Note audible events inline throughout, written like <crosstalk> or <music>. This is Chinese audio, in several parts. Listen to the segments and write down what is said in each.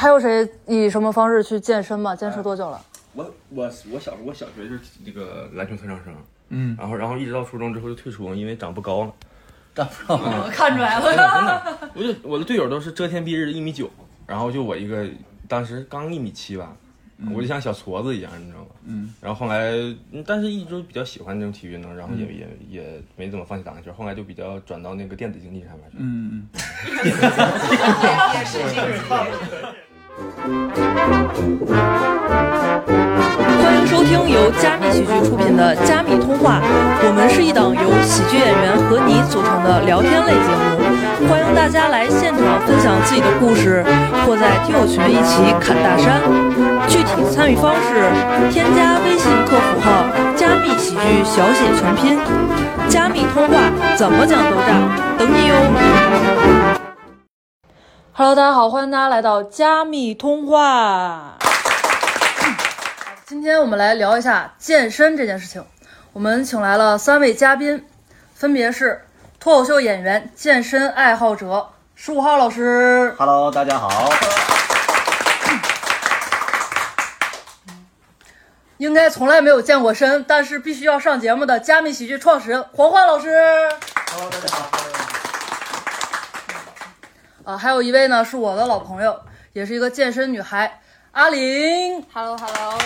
还有谁以什么方式去健身呃吗？坚持多久了？我我我小时候我小学是那个篮球特长生，嗯，然后然后一直到初中之后就退出，因为长不 <laughs> 高了。站不上。我嗯看出来了，真的，我就我的队友都是遮天蔽日一米九，然后就我一个当时刚一米七吧，我就像小矬子一样，你知道吗？嗯。然后后来，嗯但是一直比较喜欢这种体育运动，然后也、也嗯也没怎么放弃打篮球，后来就比较转到那个电子竞技上面去。嗯嗯 <laughs> 也是这个。 <laughs> 欢迎收听由加密喜剧出品的《加密通话》，我们是一档由喜剧演员和你组成的聊天类节目，欢迎大家来现场分享自己的故事，或在听友群一起侃大山。具体参与方式：添加微信客服号“加密喜剧”小写全拼，“加密通话”怎么讲都炸，等你哟。 Hello，大家好，欢迎大家来到加密通话。今天我们来聊一下健身这件事情。我们请来了三位嘉宾，分别是脱口秀演员、健身爱好者十五号老师， ，Hello，大家好。应该从来没有健过身，但是必须要上节目的加密喜剧创始人黄欢老师。 Hello，大家好。啊，还有一位呢是我的老朋友，也是一个健身女孩，阿玲。 Hello Hello，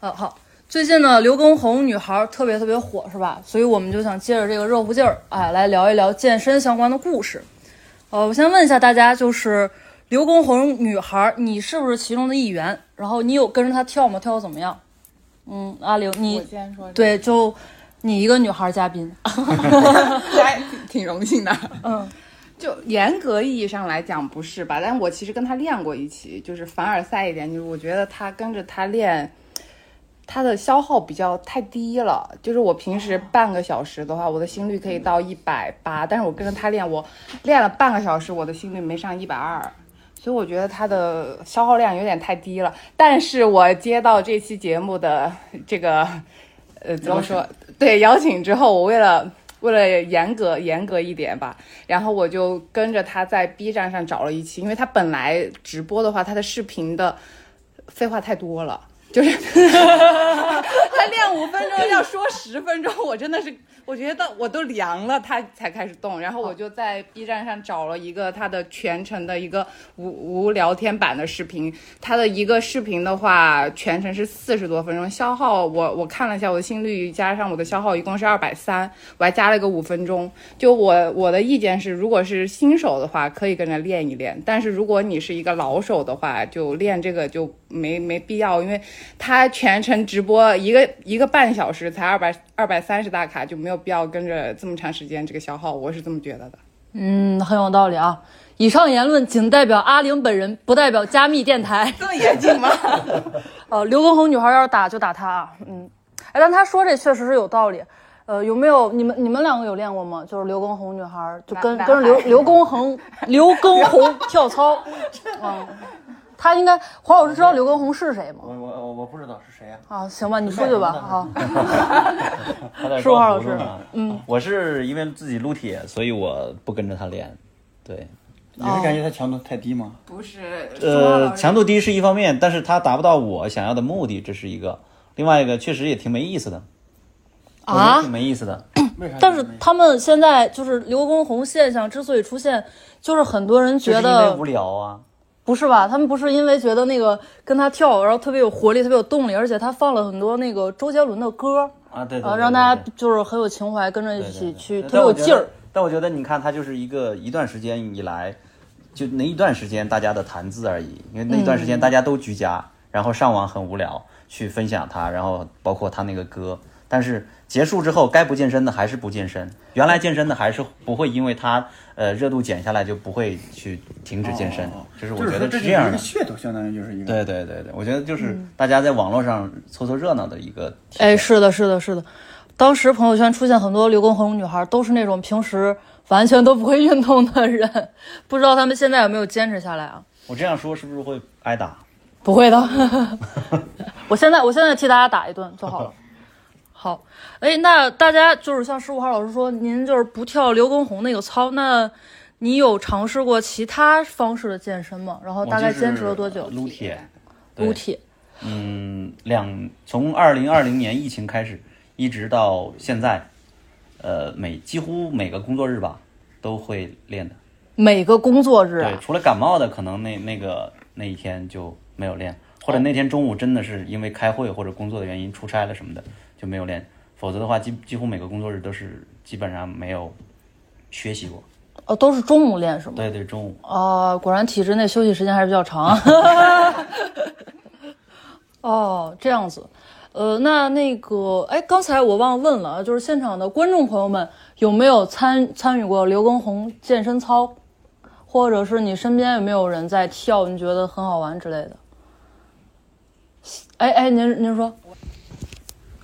啊，好，最近呢，刘畊宏女孩儿特别特别火，是吧？所以我们就想借着这个热乎劲儿，哎，来聊一聊健身相关的故事。呃，我先问一下大家，就是刘畊宏女孩儿，你是不是其中的一员？然后你有跟着她跳吗？跳的怎么样？嗯，阿玲，我你先说，，对，就你一个女孩儿嘉宾， <laughs> <laughs> 还挺荣幸的。嗯，就严格意义上来讲不是吧？但我其实跟他练过一期，就是凡尔赛一点，就是我觉得他跟着他练，他的消耗比较太低了。就是我平哦时半个小时的话，我的心率可以到一百八，但是我跟着他练，我练了半个小时，我的心率没上一百二。所以我觉得他的消耗量有点太低了，但是我接到这期节目的这个，呃，怎么说？对，邀请之后，我为了为了严格严格一点吧，然后我就跟着他在 B 站上找了一期，因为他本来直播的话，他的视频的废话太多了。就是他练五分钟要说十分钟，我真的是我觉得我都凉了，他才开始动。然后我就在 B 站上找了一个他的全程的一个无无聊天版的视频，他的一个视频的话，全程是四十多分钟，消耗我我看了一下我的心率加上我的消耗一共是二百三，我还加了一个五分钟。就我我的意见是，如果是新手的话，可以跟着练一练；但是如果你是一个老手的话，就练这个就没没必要，因为他全程直播一个一个半小时才二百二百三十大卡，就没有必要跟着这么长时间这个消耗，我是这么觉得的。嗯，很有道理啊。以上言论仅代表阿玲本人，不代表加密电台。这么严谨吗？ <laughs> 呃，刘畊宏女孩要是打就打她啊，嗯，哎，但她说这确实是有道理。呃，有没有你们你们两个有练过吗？就是刘畊宏女孩就跟男跟着刘男孩刘 <laughs> 畊宏刘畊宏跳操，嗯，她应该黄老师知道刘畊宏是谁吗？我我我 <laughs> 我不知道是谁呀、啊，行吧，你嗯出去吧，好，他在十五号装老糊涂师呢。嗯，我是因为自己撸铁，所以我不跟着他练。对。你哦是感觉他强度太低吗？不是，呃，强度低是一方面，但是他达不到我想要的目的，这是一个。另外一个确实也挺没意思的，我觉得啊挺没意思的。为啥？ <clears throat> 但是他们现在就是刘畊宏现象之所以出现，就是很多人就觉是因为得无聊啊。不是吧？他们不是因为觉得那个跟他跳，然后特别有活力，特别有动力，而且他放了很多那个周杰伦的歌，啊，对对啊，对让对大对家就是很有情怀，跟着一对起对去，对特别有劲。但我觉儿得。但我觉得，你看，它就是一个一段时间以来，就那一段时间大家的谈资而已。因为那一段时嗯间大家都居家，然后上网很无聊，去分享它，然后包括他那个歌。但是结束之后，该不健身的还是不健身，原来健身的还是不会因为它呃热度减下来就不会去停止健身，哦就是我觉得这这样一个的。噱头，相当于就是一个。对对对对，我觉得就是嗯大家在网络上凑凑热闹的一个体哎，现是的，是的，是的。当时朋友圈出现很多刘畊宏女孩，都是那种平时完全都不会运动的人， <laughs> 不知道她们现在有没有坚持下来啊？我这样说是不是会挨打？不会的， <laughs> 我现在我现在替大家打一顿就好 <laughs> 了。好，哎，那大家就是像十五号老师说，您就是不跳刘畊宏那个操，那你有尝试过其他方式的健身吗？然后我哦大概就是坚持了多久？撸铁，对撸铁，嗯，两从二零二零年疫情开始，一直到现在，呃，每几乎每个工作日吧都会练的。每个工作日对啊，，除了感冒的，可能那那个那一天就没有练，或者那天中午真的是因为开会或者工作的原因出差了什么的就没有练，否则的话几几乎每个工作日都是基本上没有学习过。哦，都是中午练是吗？对对，中午哦，果然体制内休息时间还是比较长。 <laughs> 哦，这样子，呃，那那个，哎，刚才我忘问了，就是现场的观众朋友们有没有参参与过刘畊宏健身操，或者是你身边有没有人在跳，你觉得很好玩之类的？哎哎，您您说，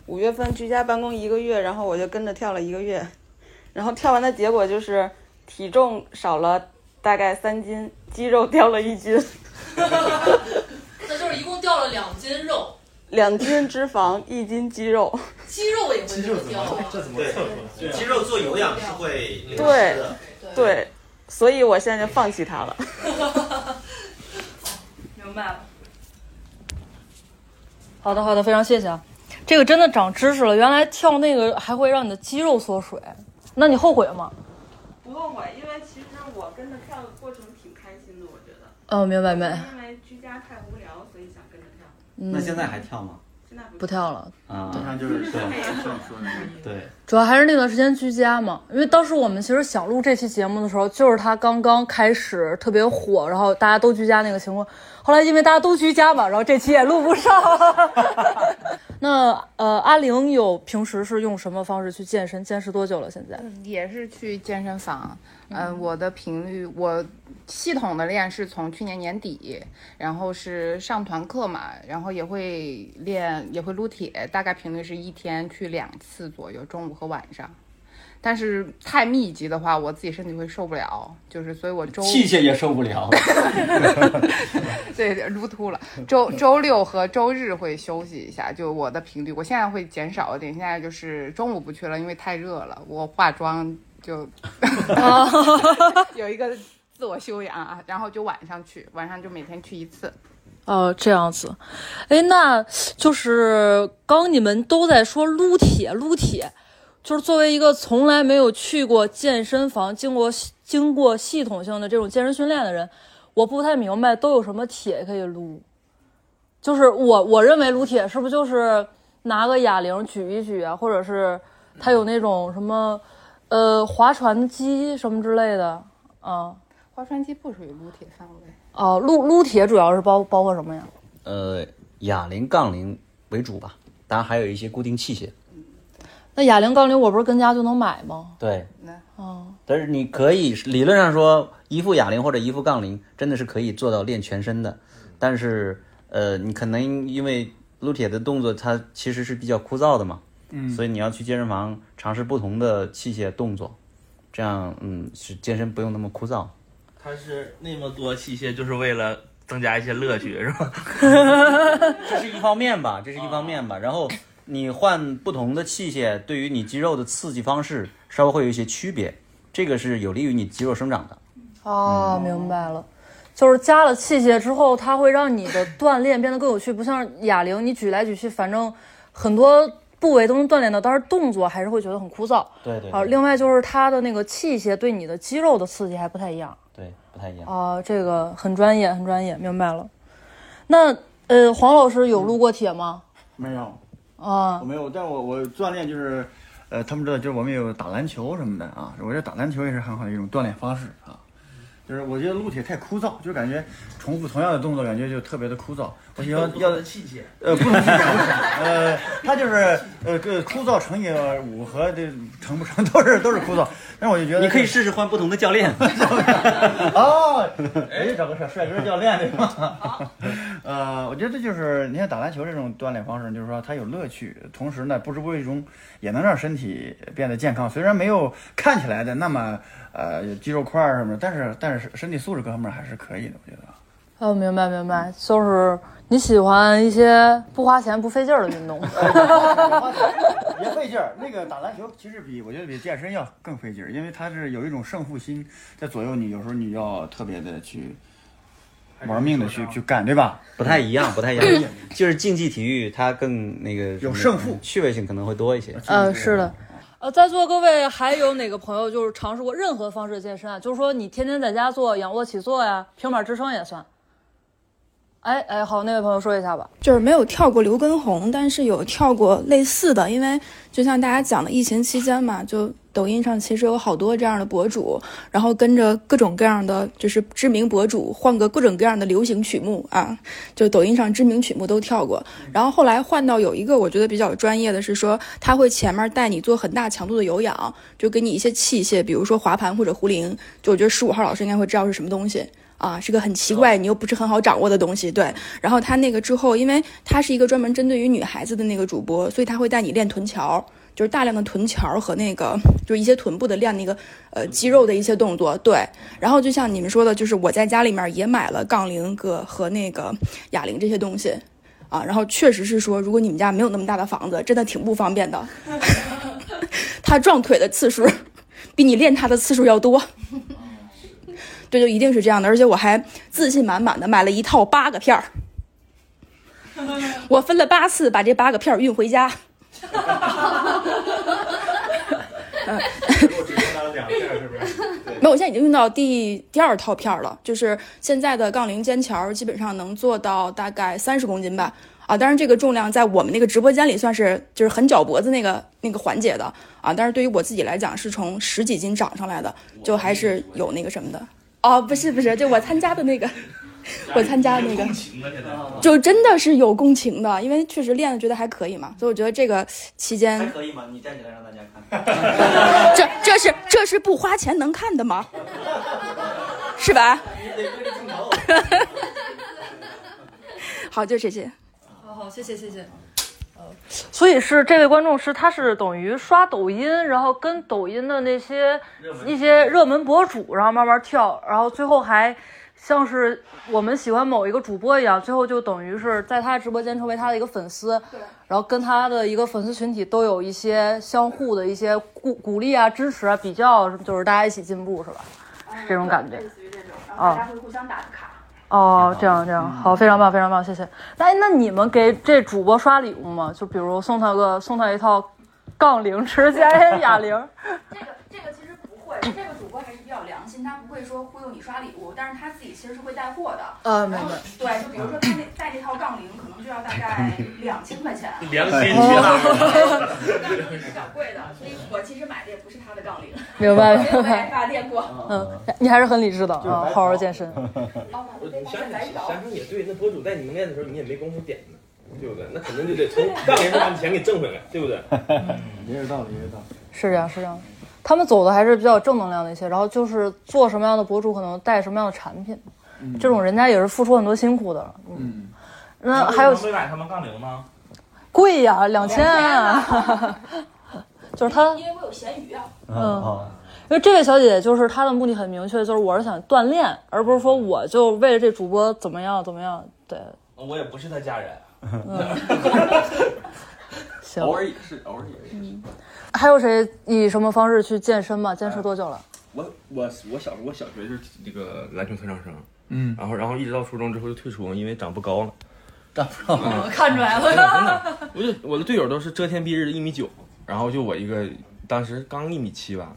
五月份居家办公一个月，然后我就跟着跳了一个月，然后跳完的结果就是体重少了大概三斤，肌肉掉了一斤，那就是一共掉了两斤肉，两斤脂肪，一斤肌肉。肌肉也会掉。肌肉做有氧是会流失对的。对，所以我现在就放弃它了。明白了。好的，好的，非常谢谢啊！这个真的长知识了，原来跳那个还会让你的肌肉缩水，那你后悔吗？不后悔，因为其实我跟着跳的过程挺开心的，我觉得。哦，明白明白，因为居家太无聊，所以想跟着跳。那现在还跳吗？现嗯在不不跳了。啊，上就是对， <laughs> 对，主要还是那段时间居家嘛，因为当时我们其实想录这期节目的时候，就是他刚刚开始特别火，然后大家都居家那个情况。后来因为大家都居家嘛，然后这期也录不 <laughs> 上。那呃，阿玲有平时是用什么方式去健身？坚持多久了？现在？也是去健身房。嗯、我的频率，我系统的练是从去年年底，然后是上团课嘛，然后也会练，也会撸铁，大概频率是一天去两次左右，中午和晚上。但是太密集的话，我自己身体会受不了，就是所以我周器械也受不了。 <laughs> 对撸秃了。周周六和周日会休息一下，就我的频率，我现在会减少一点，现在就是中午不去了，因为太热了，我化妆就 <laughs> 有一个自我修养啊，然后就晚上去，晚上就每天去一次。哦，这样子，哎，那就是刚你们都在说撸铁，撸铁，就是作为一个从来没有去过健身房、经过经过系统性的这种健身训练的人，我不太明白都有什么铁可以撸。就是我我认为撸铁是不是就是拿个哑铃举一举啊，或者是它有那种什么呃划船机什么之类的啊？划船机不属于撸铁范围，哦、撸撸铁主要是包包括什么呀？ <laughs> 呃，哑铃、杠铃为主吧，当然还有一些固定器械。那哑铃、杠铃我不是跟家就能买吗？对， <laughs> 哦，但是你可以理论上说，一副哑铃或者一副杠铃真的是可以做到练全身的，但是呃，你可能因为撸铁的动作它其实是比较枯燥的嘛，嗯，所以你要去健身房尝试不同的器械动作，这样嗯，是健身不用那么枯燥。它是那么多器械，就是为了增加一些乐趣，是吧？ <laughs> 这是一方面啊吧，这是一方面吧。然后你换不同的器械，对于你肌肉的刺激方式稍微会有一些区别，这个是有利于你肌肉生长的。哦，明白了，就是加了器械之后，它会让你的锻炼变得更有趣，不像哑铃，你举来举去，反正很多部位都能锻炼到，但是动作还是会觉得很枯燥。对对啊，另外就是它的那个器械对你的肌肉的刺激还不太一样。对，不太一样。啊，这个很专业，很专业，明白了。那呃，黄老师有撸过铁吗？没有，哦啊我，没有，但我我锻炼就是，呃，他们知道就是我们有打篮球什么的啊，我觉得打篮球也是很好的一种锻炼方式啊。就是我觉得撸铁太枯燥，就感觉重复同样的动作，感觉就特别的枯燥。我想要要器械，呃，不能是不是，呃，它就是呃，个枯燥乘以五和这乘不乘 <laughs> 都是都是枯燥。但是我就觉得你可以试试换不同的教练。 <laughs> 哦，哎，找个帅帅哥教练对吗？ <laughs> 呃，我觉得这就是你看打篮球这种锻炼方式，就是说它有乐趣，同时呢，不知不觉中也能让身体变得健康。虽然没有看起来的那么呃有肌肉块儿什么的，但是但是身体素质各方面还是可以的，我觉得。哦，明白明白，就是你喜欢一些不花钱不费劲儿的运动。别费劲儿。那个打篮球其实比我觉得比健身要更费劲儿，因为它是有一种胜负心在左右你，有时候你要特别的去玩命的去去干，对吧？不太 <laughs> 一样，不太一样，就是竞技体育它更那个有胜负趣味性可能会多一些。呃，是的。呃，在座各位还有哪个朋友就是尝试过任何方式的健身啊？就是说你天天在家做仰卧起坐呀，平板支撑也算。哎哎，好，那位朋友说一下吧。就是没有跳过刘畊宏，但是有跳过类似的，因为就像大家讲的，疫情期间嘛，就抖音上其实有好多这样的博主，然后跟着各种各样的就是知名博主，换个各种各样的流行曲目啊，就抖音上知名曲目都跳过。嗯然后后来换到有一个我觉得比较专业的是说，他会前面带你做很大强度的有氧，就给你一些器械，比如说滑盘或者壶铃，就我觉得十五号老师应该会知道是什么东西。啊，是个很奇怪，你又不是很好掌握的东西，对。然后他那个之后，因为他是一个专门针对于女孩子的那个主播，所以他会带你练臀桥，就是大量的臀桥和那个就是一些臀部的练那个呃肌肉的一些动作，对。然后就像你们说的，就是我在家里面也买了杠铃和和那个哑铃这些东西。啊，然后确实是说，如果你们家没有那么大的房子，真的挺不方便的。 <laughs> 他撞腿的次数比你练他的次数要多。对，就一定是这样的。而且我还自信满满的买了一套八个片儿，我分了八次把这八个片儿运回家。嗯 <laughs> 没有，我现在已经运到第第二套片儿了，就是现在的杠铃肩桥基本上能做到大概三十公斤吧。啊，当然这个重量在我们那个直播间里算是就是很绞脖子那个那个环节的啊，但是对于我自己来讲是从十几斤涨上来的，就还是有那个什么的。哦，不是不是，就我参加的那个，我参加的那个。共情了，现在就真的是有共情的，因为确实练的觉得还可以嘛，所以我觉得这个期还间，可以吗？你站起来让大家看。 <laughs> 这这是这是不花钱能看的吗？是吧？ <laughs> <laughs> 好，就这些。好好，谢谢谢谢。所以是这位观众是他是等于刷抖音，然后跟抖音的那些一些热门博主，然后慢慢跳，然后最后还像是我们喜欢某一个主播一样，最后就等于是在他的直播间成为他的一个粉丝，然后跟他的一个粉丝群体都有一些相互的一些鼓鼓励啊、支持啊、比较，就是大家一起进步是吧？这种感觉。啊，大家会互相打卡。哦，这样这样，好，非常棒，非常棒，谢谢。哎，那你们给这主播刷礼物吗？就比如送他个送他一套杠铃、持 <laughs> 家哑铃。这个这个其实不会，这个主播还是比较良心，他不会说忽悠你刷礼物，但是他自己其实是会带货的。呃，然后对，就比如说他那带这套杠铃，可能就要大 <laughs> 概两千块钱，良心去哪？杠铃是比较贵的，所以我其实买的也不是他的杠铃，明没白有明被白。他练过。嗯，你还是很理智的啊，好好健 <laughs> 身。我你想想，想想也对，那博主带你们练的时候，你也没工夫点呢，对不对？啊那肯定就得从杠铃上把你钱给挣回来，对不对？ <laughs> 也有道理，也有道理。是这样，是这样。他们走的还是比较正能量的一些，然后就是做什么样的博主，可能带什么样的产品，这种人家也是付出很多辛苦的。嗯，嗯， <laughs> 那还有没买他们杠铃吗？贵呀、两千、啊， <laughs> 就是他，因为我有闲鱼啊，嗯哦，因为这位小姐姐就是她的目的很明确，就是我是想锻炼，而不是说我就为了这主播怎么样怎么样。对，我也不是他家人，嗯 <laughs> 行。偶尔也是，偶尔也是。还有谁以什么方式去健身吗？坚持多久了？我我我小时候我小学就是那个篮球特长生，嗯，然后然后一直到初中之后就退出，因为长不高了。大不了嗯 <laughs> 看出来了， <laughs> 我就我的队友都是遮天蔽日一米九，然后就我一个当时刚一米七吧，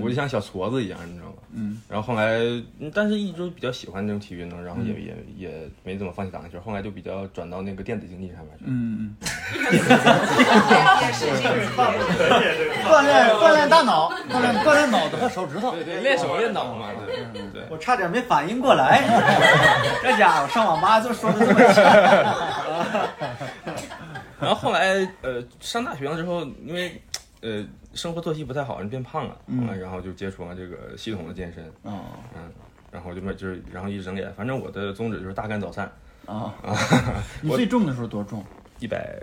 我就像小矬子一样，你知道吗？嗯。然后后来，嗯但是一直比较喜欢这种体育运动，然后也、嗯也也没怎么放弃打篮球，后来就比较转到那个电子竞技上面去。嗯嗯。 <laughs> <laughs> 锻炼锻炼大脑，锻炼锻炼脑子 <laughs> 和手指头。对对，练手练脑嘛，对对。我差点没反应过 <laughs> 来。这家伙上网吧就说的这么全。 <laughs> 然后后来呃，上大学了之后，因为呃生活作息不太好，人变胖了，后来然后就接触了这个系统的健身，嗯哦嗯，然后就没就是然后一直整脸，反正我的宗旨就是大干早善，啊！ <laughs> 你最重的时候多重一百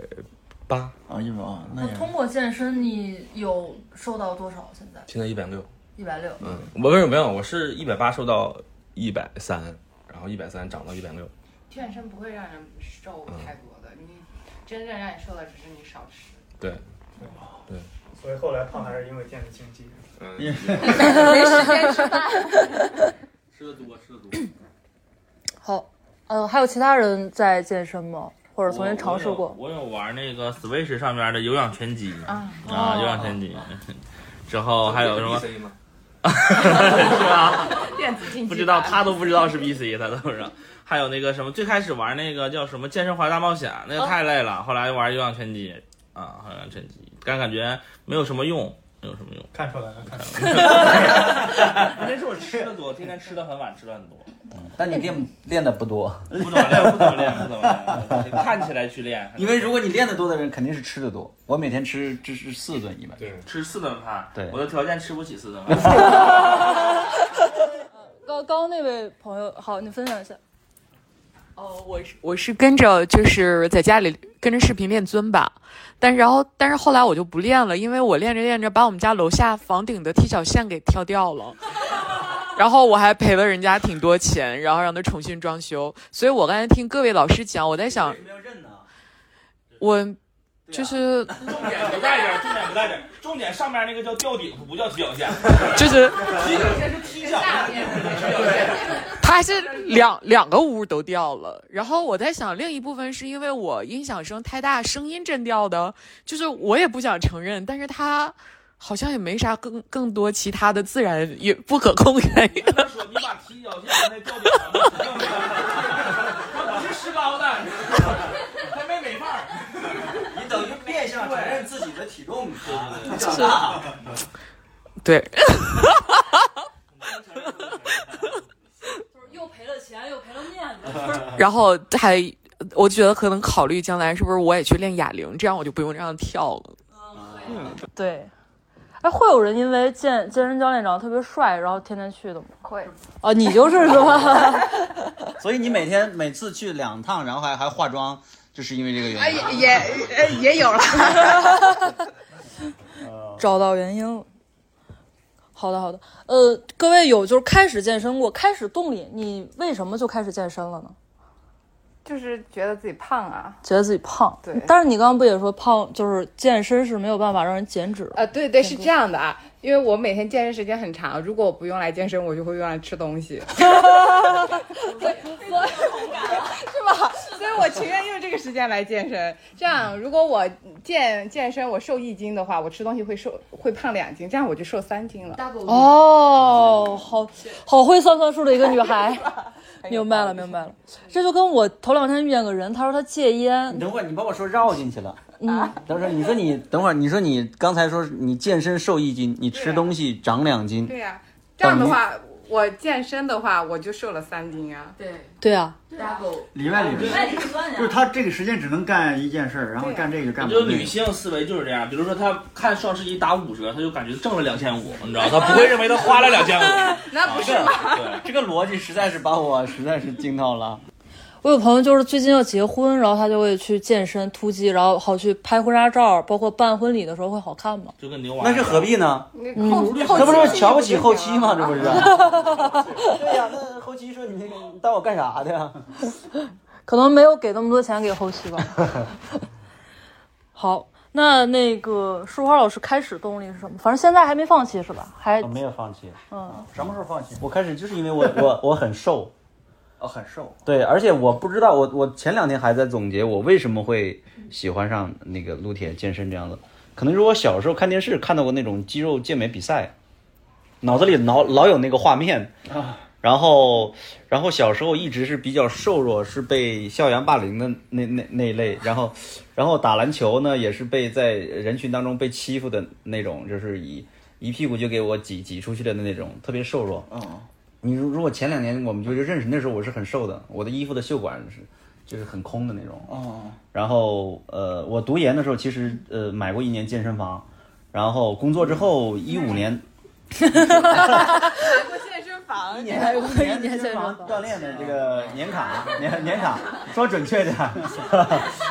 八，啊？一百啊，那也通过健身，你有瘦到多少？现在现在一百六。嗯一百六。嗯，我没有没有，我是一百八瘦到一百三，然后从一百三涨到一百六。健身不会让人瘦太多的，你真正让你瘦的只是你少吃。对，所以后来胖还是因为见的经济。嗯，没时间吃饭。吃的多，吃的多。好，呃，还有其他人在健身吗？或者曾经我尝试过？我有。我有玩那个 Switch 上面的有氧拳击啊啊，有氧拳击。之哦后还有什么？ BC 吗？是吧？ <laughs> 电子竞技 <laughs> 不知道，他都不知道是 BC，他都不知道。还有那个什么，最开始玩那个叫什么《健身环大冒险》，那哦个太累了。后来玩有氧拳击啊，有氧拳击，但感觉没有什么用，没有什么 <laughs> 嗯用。看出来了，看出来了。关键是我吃的多，天天吃的很晚，吃的很多，但你练练的不多，不怎么练，不怎么练，不怎么练。看起来去练， <laughs> 因为如果你练的多的人肯定是吃的多。我每天吃这是四顿一般。对，吃四顿饭，对我的条件吃不起四顿饭。 <laughs> 刚刚那位朋友，好，你分享一下。哦， <laughs> 我是我是跟着就是在家里跟着视频练尊吧，但是然后但是后来我就不练了，因为我练着练着把我们家楼下房顶的踢脚线给跳掉了， <laughs> 然后我还赔了人家挺多钱，然后让他重新装修。所以我刚才听各位老师讲，我在想，没有认呢？我就是重点不在这儿，重点不在这儿，重点上面那个叫吊顶，不叫踢脚线。 <laughs> 就是踢脚线是踢脚，他还是两两个屋都掉了。然后我在想，另一部分是因为我音响声太大，声音震掉的，就是我也不想承认，但是他好像也没啥更更多其他的自然也不可控原因。他说你把踢脚线那吊顶上的踢脚线， <laughs> 它不是石膏的，它没美范儿。你等于变相承认自己的体重对就是对， <laughs> 就是又赔了钱，又赔了面子。 <laughs> 然后还我觉得可能考虑将来是不是我也去练哑铃，这样我就不用这样跳了。对，哎，会有人因为健健身教练长得特别帅，然后天天去的吗？会，哦，你就是是吗？ <laughs> 所以你每天每次去两趟，然后还还化妆，就是因为这个原哎因。也也呃也有了。 <laughs> 找到原因了。好的，好的。呃，各位有就是开始健身过，开始动力，你为什么就开始健身了呢？就是觉得自己胖啊，觉得自己胖，对但是你刚刚不也说胖就是健身是没有办法让人减脂的？呃，对对，是这样的啊，因为我每天健身时间很长，如果我不用来健身，我就会用来吃东西，是吧？所以我情愿用这个时间来健身。这样，如果我健健身，我瘦一斤的话，我吃东西会瘦会胖两斤，这样我就瘦三斤了。哦，好好会算算数的一个女 <laughs> 孩，哎明白了，明白了。这就跟我头两天遇见个人，他说他戒烟你，等会儿，你把我说绕进去了。嗯，等会儿，你说你等会儿，你说你刚才说你健身瘦一斤，你吃东西长两斤，啊嗯对呀、这样的话，我健身的话，我就瘦了三斤啊。对啊，里外里外，就是他这个时间只能干一件事儿，然后干这个干不就了是那女个。性思维就是这样，比如说她看双十一打五折，她就感觉挣了两千五，你知道，她不会认为她花了两千 <laughs> 五。 <laughs> 那不是对这个逻辑实在是把我实在是惊到了。我有朋友就是最近要结婚，然后他就会去健身突击，然后好去拍婚纱照，包括办婚礼的时候会好看吗？就跟牛娃那是何必呢？那后后这不期是瞧不起就后行期了吗？<laughs> 这不是？啊 <laughs> 对呀、那后期说你那个你当我干啥的呀？可能没有给那么多钱给后期吧。 <laughs> 好，那那个树花老师开始动力是什么？反正现在还没放弃是吧？还嗯我没有放弃，什么时候放弃？我开始就是因为我我我很瘦，哦，很 <laughs> 瘦。对，而且我不知道，我我前两天还在总结我为什么会喜欢上那个撸铁健身这样子，可能是我小时候看电视看到过那种肌肉健美比赛，脑子里老老有那个画面啊。然后，然后小时候一直是比较瘦弱，是被校园霸凌的那那那一类。然后，然后打篮球呢，也是被在人群当中被欺负的那种，就是一一屁股就给我挤挤出去的那种，特别瘦弱。嗯，你如如果前两年我们就就认识，那时候我是很瘦的，我的衣服的袖管是就是很空的那种。 <laughs> 哦，然后呃，我读研的时候其实呃买过一年健身房，然后工作之嗯后一五年，买过健身房，年 <laughs> 哎一年健身房锻炼的这个年卡年年卡， <laughs> 说准确点儿，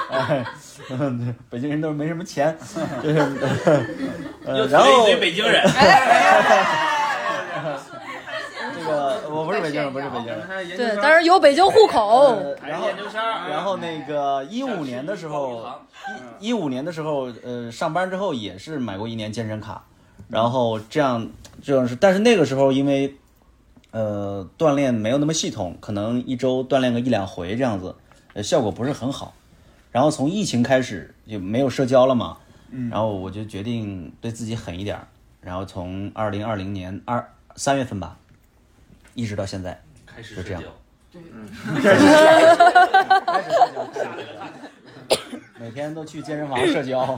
哎嗯北京人都是没什 <laughs> 么钱，就是呃又然怼后一堆北京人，这个我不是北京人，不是北京人。对，但是有北京户口。然后，然后那个一五年的时候，一一五年的时候，呃，上班之后也是买过一年健身卡，然后这样这样是，但是那个时候因为呃锻炼没有那么系统，可能一周锻炼个一两回这样子，呃，效果不是很好。然后从疫情开始就没有社交了嘛， <laughs> 嗯然后我就决定对自己狠一点儿，然后从二零二零年二三月份吧，一直到现在，开就这样。每天都去健身房 <laughs> 社交，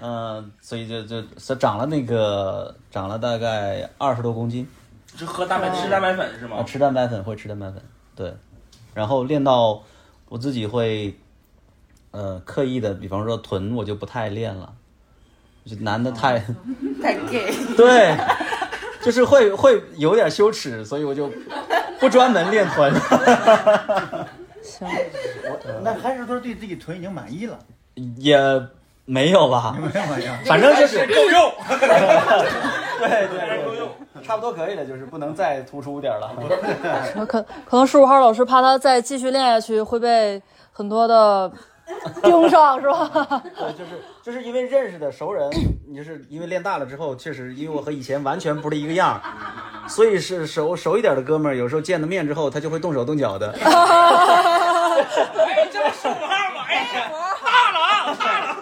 嗯、所以就就所以长了那个长了大概二十多公斤，就喝蛋白吃蛋白粉是啊，吗？吃蛋白粉会吃蛋白粉，对，然后练到我自己会，呃，刻意的，比方说臀我就不太练了，就男的太，太 gay。 <laughs> 对，就是会会有点羞耻，所以我就不专门练臀。行，那还是说对自己臀已经满意 <laughs> 了，也没有吧，反正就是够 <laughs> 用。对对，够用，差不多可以了，就是不能再突出点了。可可能十五号老师怕他再继续练下去会被很多的盯上，是吧？对，就是就是因为认识的熟人，你就是因为练大了之后，确实因为我和以前完全不是一个样儿，所以是熟熟一点的哥们儿，有时候见了面之后，他就会动手动脚的。 <laughs> 哎，这不十五号吗？哎，大了啊，大了！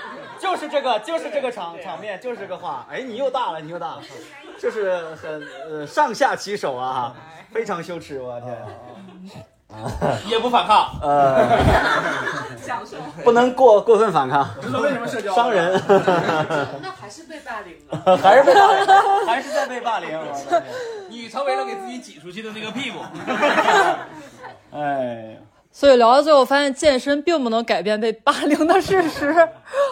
<laughs> 就是这个，就是这个啊场场面，就是这个话。哎，你又大了，你又大了，就是很呃上下其手啊，非常羞耻，我哦天。也不反 <laughs> 抗，呃，享受。不能过过分反抗，知道为什么社交吗啊伤人， <laughs> <laughs> 那还是被霸凌了。还是被霸凌，还是在被霸凌。我的天 <laughs> 你成为了给自己挤出去的那个屁 <laughs> 股。哎呀，所以聊到最后，发现健身并不能改变被霸凌的事实，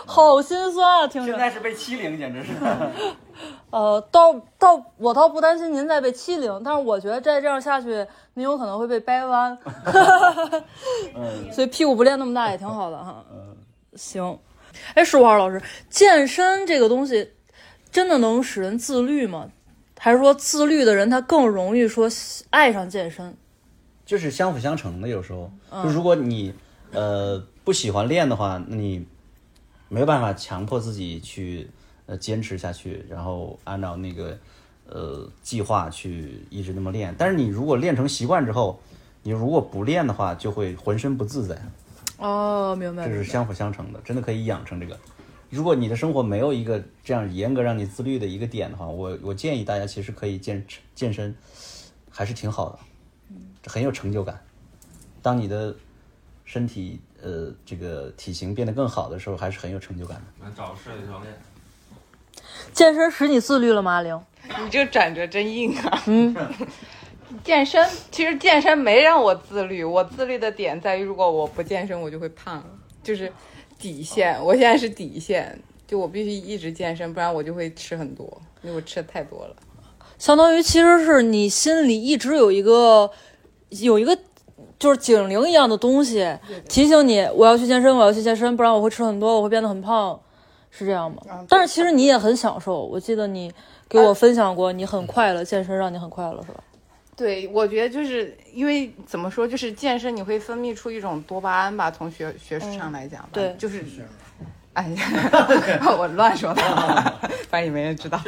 好心酸啊！听着，现在是被欺凌，简直是。呃，倒倒我倒不担心您再被欺凌，但是我觉得再这样下去，您有可能会被掰弯，<laughs> 嗯所以屁股不练那么大也挺好的哈。 <laughs> 行，哎，十五号老师，健身这个东西真的能使人自律吗？还是说自律的人他更容易说爱上健身？就是相辅相成的，有时候，嗯就如果你呃不喜欢练的话，那你没有办法强迫自己去呃坚持下去，然后按照那个呃计划去一直那么练。但是你如果练成习惯之后，你如果不练的话，就会浑身不自在，哦，明白，这明是白相辅相成的，真的可以养成这个。如果你的生活没有一个这样严格让你自律的一个点的话，我我建议大家其实可以健健身，还是挺好的，这很有成就感。当你的身体呃这个体型变得更好的时候，还是很有成就感的。找个摄影教练。健身使你自律了吗？阿玲，你这转折真硬啊！嗯，健身其实健身没让我自律，我自律的点在于，如果我不健身，我就会胖，就是底线。我现在是底线，就我必须一直健身，不然我就会吃很多，因为我吃的太多了。相当于其实是你心里一直有一个有一个就是警铃一样的东西提醒你，我要去健身，我要去健身，不然我会吃很多，我会变得很胖，是这样吗？啊但是其实你也很享受，我记得你给我分享过，你很快乐，健身让你很快乐，是吧？对，我觉得就是因为怎么说，就是健身你会分泌出一种多巴胺吧，从学学术上来讲吧，对就是，哎呀， <laughs> 我乱说的，反正也没人知道，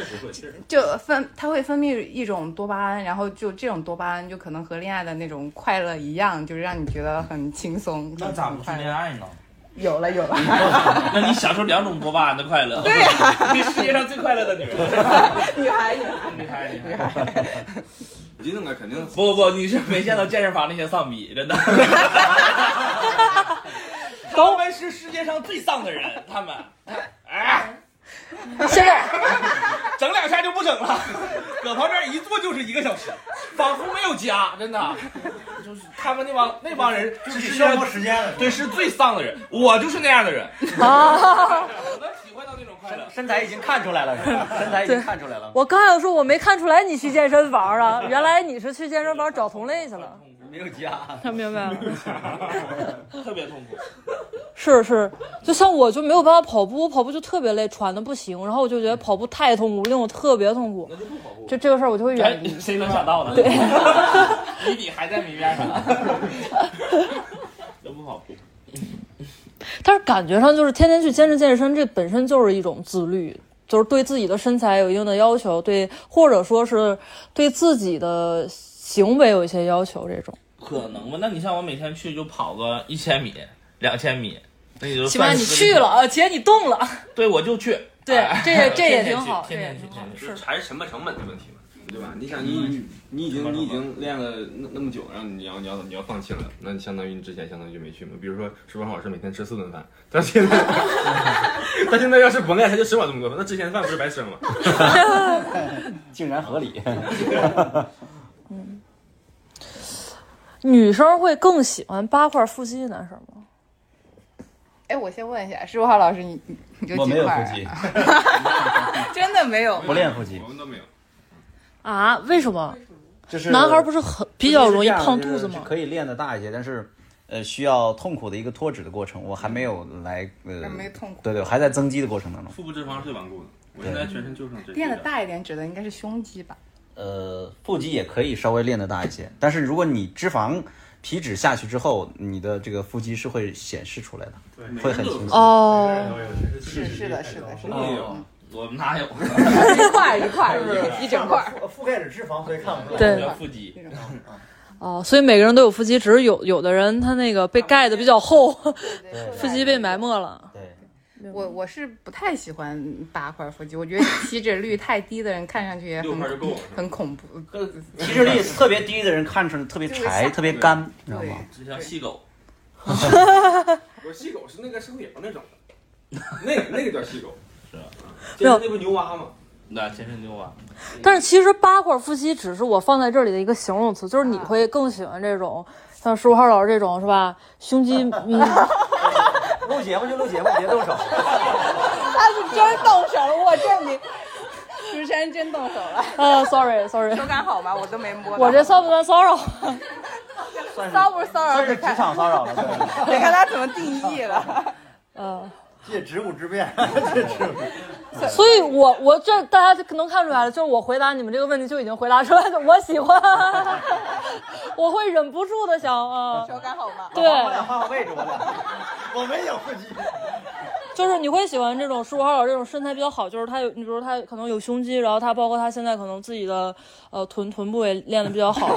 就分它会分泌一种多巴胺，然后就这种多巴胺就可能和恋爱的那种快乐一样，就是让你觉得很轻松，那很咋很不去快乐恋爱呢？有了有了， <laughs> 那你享受两种多巴胺的快乐。对呀，你世界上最快乐的 <laughs> 女人。女孩女孩女孩女孩。你怎么肯定不不不，你是没见到健身房那些丧逼，真的。 <laughs> 他们是世界上最丧的人，他们， <laughs> 哎，现在 <laughs> 整两下就不整了，搁旁边一坐就是一个小时，仿佛没有家，真的。就是他们那帮那帮人就是世界消上磨时间了。对，是最丧的人，我就是那样的人。啊， <laughs> 身材 <laughs> 已经看出来了，是吧身材已经看出来了。 <laughs> 我刚想说我没看出来你去健身房啊，原来你是去健身房找同类去了。没有 <laughs> 家，他明白了特别痛苦。是是，就像我就没有办法跑步，我跑步就特别累，喘的不行，然后我就觉得跑步太痛苦，令我特别痛苦。就这个事儿我就会远离。哎谁能想到呢？对，哎 <laughs> 谜底还在谜面 <laughs> 上，都不好评。 <laughs> 但是感觉上就是天天去坚持健身，这本身就是一种自律，就是对自己的身材有一定的要求，对或者说是对自己的行为有一些要求，这种可能吧？那你像我每天去就跑个一千米、两千米，那你就起码你去了，啊，且你动了，对我就去。啊对，这 <laughs> 也这也天天挺去好，这天也天去，挺好天天，去。是还是沉没成本的问题嘛，对吧？你想你已你已经你已经练了那那么久，然后你要你要你要放弃了，那你相当于你之前相当于就没去嘛。比如说石广老师每天吃四顿饭，但现在他现在要是不练，他就吃不了这么多饭，那之前的饭不是白吃了吗？竟然合理。女生会更喜欢八块腹肌的男生吗？哎，我先问一下，施浩老师，你你你 <laughs> 就我几没有块腹儿？<laughs> 肌，真的没有。不练腹肌，我们都没有。啊？为什么？就是男孩不是很比较容易胖肚就是子这样吗？就是可以练的大一些，但是呃需要痛苦的一个脱脂的过程，我还没有来呃，没痛苦对对，还在增肌的过程当中。腹部脂肪是最顽固的，我现在全身就剩这练的大一点指的应该是胸肌吧？呃，腹肌也可以稍微练得大一些，但是如果你脂肪皮脂下去之后，你的这个腹肌是会显示出来的，会很清晰。哦，是是的，是的，是我也的。有，哦我们哪有？一块儿一块儿一一整块儿。覆盖着脂肪，所以看不出来。对要腹肌。哦，所以每个人都有腹肌，只是有有的人他那个被盖的比较厚，腹肌被埋没了。我我是不太喜欢八块腹肌，我觉得体脂率太低的人看上去也六很块就够了很恐怖。体脂率特别低的人看上去特别柴，特别干，你知道吗？就像细狗， <laughs> 不是细狗是那个社会营那种的，那个那个叫细狗，是吧？现在那不牛啊蛙吗？那健身牛蛙，但是其实八块腹肌只是我放在这里的一个形容词，就是你会更喜欢这种啊像十五号老师这种是吧？胸肌， <laughs> 嗯，录节目就录节目，别动手。 <laughs> 他是真动手，我证明 <laughs> 主持人真动手了。呃，sorry sorry，手感好吧？我都没摸到。我这算不算骚扰？骚不骚扰？这是职场骚扰了，对你看他怎么定义了？呃嗯，借职务之便，借职务。所以我我这大家就能看出来了，就是我回答你们这个问题就已经回答出来了，我喜欢，我会忍不住的想啊，手感好吗？对，我俩换换位置，我俩我没有腹肌，就是你会喜欢这种十五号老师这种身材比较好，就是他有，你比如他可能有胸肌，然后他包括他现在可能自己的呃臀臀部也练得比较好，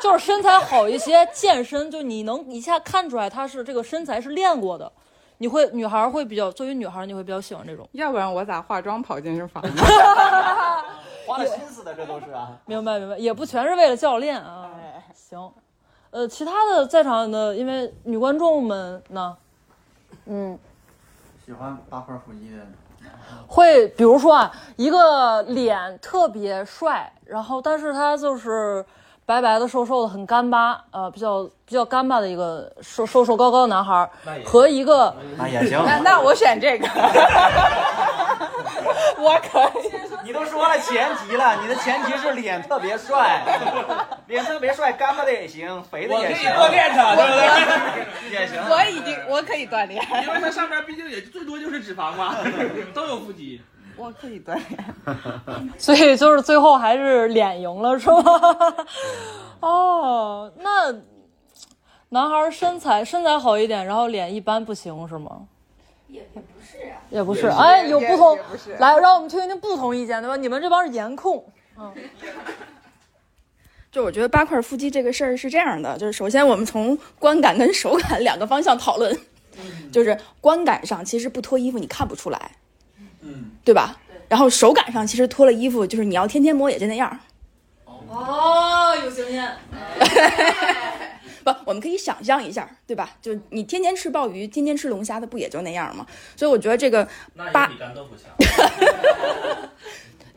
就是身材好一些，健身就你能一下看出来他是这个身材是练过的，你会女孩会比较，作为女孩你会比较喜欢这种，要不然我咋化妆跑健身房呢？花了心思的，这都是啊。明白明白，也不全是为了教练啊，哎行，呃，其他的在场的因为女观众们呢，嗯，喜欢八块腹肌的，会比如说啊，一个脸特别帅，然后但是他就是白白的、瘦瘦的，很干巴，呃，比较比较干巴的一个瘦瘦瘦高高的男孩儿那也，和一个哎呀，行，那那我选这个，我可以。你都说了前提了，你的前提是脸特别帅，脸特别帅，干巴的也行，肥的我可也以行，锻炼它，对不对？也行。我已经我可以锻炼，因为它上面毕竟也最多就是脂肪 <laughs> 嘛，都有腹肌。我可以锻炼。 <laughs> 所以就是最后还是脸赢了，是吗？ <laughs> 哦，那男孩儿身材身材好一点，然后脸一般不行是吗？也不是、啊，也不是，哎，有也不同也不是，来，让我们听一听不同意见，对吧？你们这帮是颜控，就我觉得八块腹肌这个事儿是这样的，就是首先我们从观感跟手感两个方向讨论， <laughs> 就是观感上其实不脱衣服你看不出来，嗯，对吧？然后手感上其实脱了衣服，就是你要天天摸也就那样儿。哦，有经验。不，我们可以想象一下，对吧？就你天天吃鲍鱼，天天吃龙虾，它不也就那样吗？所以我觉得这个 <laughs> 那八也比干豆腐强。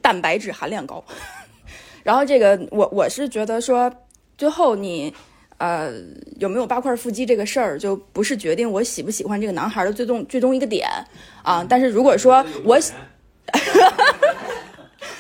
蛋白质含量高。 <laughs> 然后这个我我是觉得说，最后你呃有没有八块腹肌这个事儿，就不是决定我喜不喜欢这个男孩的最终最终一个点啊。但是如果说我喜。 <laughs>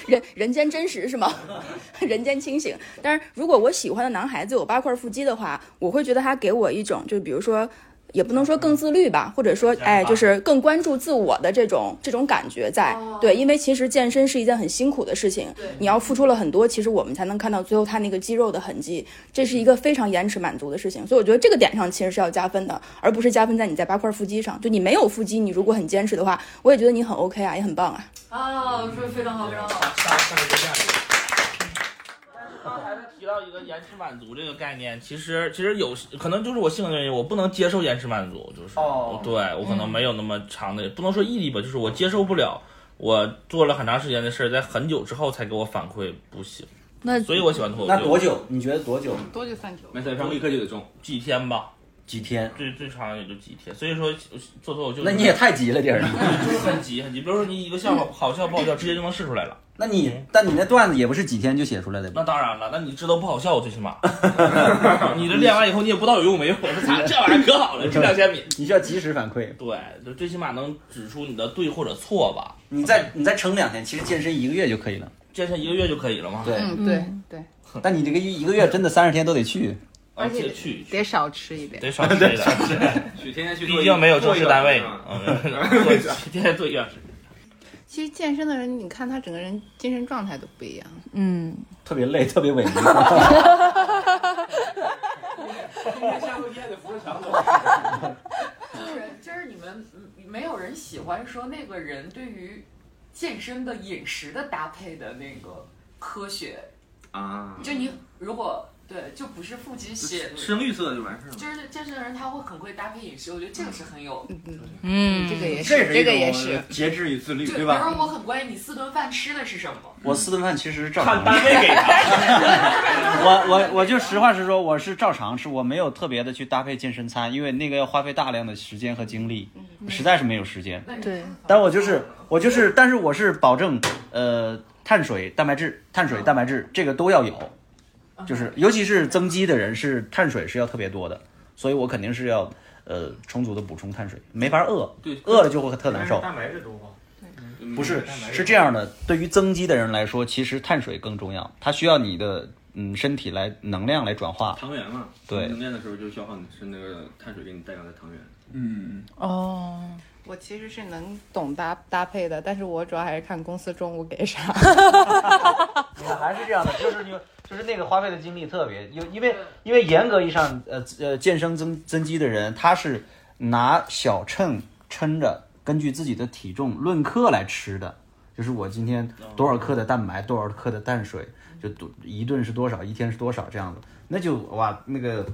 人人间真实是吗？ <laughs> 人间清醒。但是如果我喜欢的男孩子有八块腹肌的话，我会觉得他给我一种，就比如说，也不能说更自律吧，或者说，哎，就是更关注自我的这种这种感觉在。对，因为其实健身是一件很辛苦的事情，你要付出了很多，其实我们才能看到最后他那个肌肉的痕迹，这是一个非常延迟满足的事情。所以我觉得这个点上其实是要加分的，而不是加分在你在八块腹肌上。就你没有腹肌，你如果很坚持的话，我也觉得你很 OK 啊，也很棒啊。啊，说非常好，非常好。刚才他提到一个延迟满足这个概念，其实其实有可能就是我性格原因，我不能接受延迟满足，就是、哦对我可嗯能没有那么长的，不能说毅力吧，就是我接受不了，我做了很长时间的事儿，在很久之后才给我反馈不行。那所以我喜欢脱口秀。那多久？你觉得多久？多久三球？没事上立刻就得中，几天吧，几天，最最长也就几天。所以说做脱口秀，那你也太急了点儿 <laughs> 就是很急很急。比如说你一个笑话 <laughs> 好笑不好笑，直接就能试出来了。嗯那你，但你那段子也不是几天就写出来的吧？那当然了，那你知道不好笑，我最起 <laughs> 码。你这练完以后，你也不知道有用没用。我说操，这玩意儿可好了，这两千米。你需要及时反馈。对，就最起码能指出你的对或者错吧。你再你再撑两天，其实健身一个月就可以了。健身一个月就可以了嘛。对，嗯，对对，但你这个一一个月真的三十天都得去。而且去得少吃一点，得少吃 <laughs> 一点 <laughs> 去天天去做毕一，竟没有正式单位，嗯做 <laughs> 一个天天做一件事。其实健身的人，你看他整个人精神状态都不一样。嗯，特别累，特别萎靡。下回也得扶着墙走。就是就是你们嗯没有人喜欢说那个人对于健身的饮食的搭配的那个科学，啊，就你如果对就不是腹肌写吃绿色就完事儿了。就是健身的人他会很会搭配饮食，我觉得这个是很有。嗯，这个也这是，这个一也种是。节制与自律，就比对如说吧？我很关心你四顿饭吃的是什么，我四顿饭其实是照看常单吃。位给他， <laughs> 我我我就实话实说，我是照常吃，我没有特别的去搭配健身餐，因为那个要花费大量的时间和精力，实在是没有时间。对，但我就是我就是，但是我是保证，呃，碳水、蛋白质、碳水、蛋白质这个都要有，就是尤其是增肌的人是碳水是要特别多的，所以我肯定是要呃充足的补充碳水，没法饿，对饿了就会特难受。蛋白质多吗？嗯不是蛋白，质是这样的，对于增肌的人来说，其实碳水更重要，它需要你的嗯身体来能量来转化。糖原嘛，对能练的时候就消耗你是那个碳水给你带来的糖原。嗯，哦，我其实是能懂搭搭配的，但是我主要还是看公司中午给啥。还是这样的，就是你就是那个花费的精力特别，因因为 <laughs> 因为严格意义上，呃呃，健身增增肌的人，他是拿小秤称着，根据自己的体重论克来吃的，就是我今天多少克的蛋白，多少克的碳水，就多一顿是多少，一天是多少这样子，那就哇那个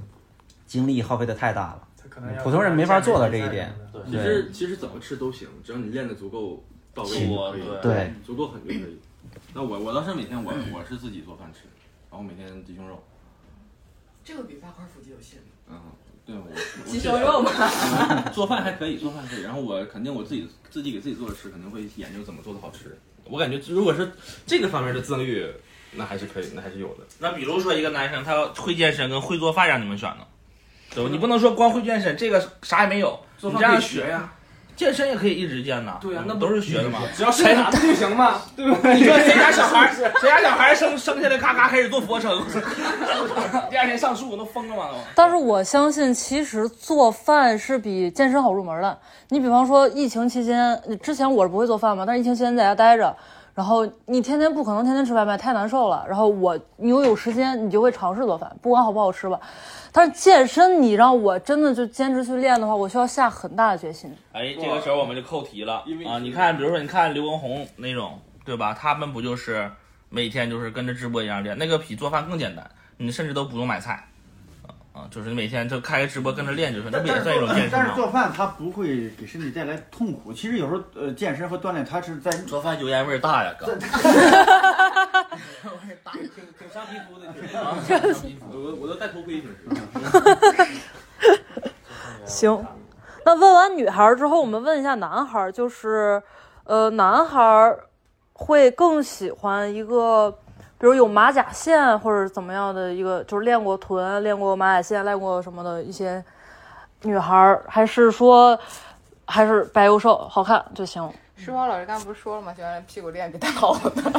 精力耗费的太大了，可能要嗯普通人没法做到这一点。其实其实怎么吃都行，只要你练的足够到位就多可以，嗯对对，足够狠就可以。那我我倒是每天我我是自己做饭吃，然后每天鸡胸肉，这个比八块腹肌有吸引力。嗯，对我我嗯鸡胸肉嘛，做饭还可以，做饭还可以。然后我肯定我自己自己给自己做的吃，肯定会研究怎么做的好吃。我感觉如果是这个方面的自律，那还是可以，那还是有的。那比如说一个男生，他会健身跟会做饭让你们选呢，对吧？你不能说光会健身，这个啥也没有，你做这饭可样以学呀，健身也可以一直健呐。对呀嗯那不都是学的嘛。只要是啥不就行吗？对 <laughs> 不对？ <laughs> 你说谁家小 <laughs> 孩儿，谁家小孩儿生生下来咔咔开始做俯卧撑，第二天上树都疯了嘛都。但是我相信，其实做饭是比健身好入门的。你比方说，疫情期间，之前我是不会做饭嘛，但是疫情期间在家待着，然后你天天不可能天天吃外卖，太难受了。然后我你又有时间，你就会尝试做饭，不管好不好吃吧。但是健身，你让我真的就坚持去练的话，我需要下很大的决心。哎，这个时候我们就扣题了因为啊！你看，比如说你看刘畊宏那种，对吧？他们不就是每天就是跟着直播一样练，那个比做饭更简单，你甚至都不用买菜。啊啊，就是每天就开个直播跟着练就是，那不也算一种健身但是吗？做饭它不会给身体带来痛苦。其实有时候呃，健身和锻炼它是在做饭油烟味儿大呀， <laughs> 哥。挺挺伤皮肤的，我我我都戴头盔平时。行，那问完女孩儿之后，我们问一下男孩，儿，就是，呃，男孩儿会更喜欢一个，比如有马甲线或者怎么样的一个，就是练过臀、练过马甲线、练过什么的一些女孩，儿，还是说还是白又瘦好看就行？书包老师刚不是说了吗？喜欢屁股练比较好的。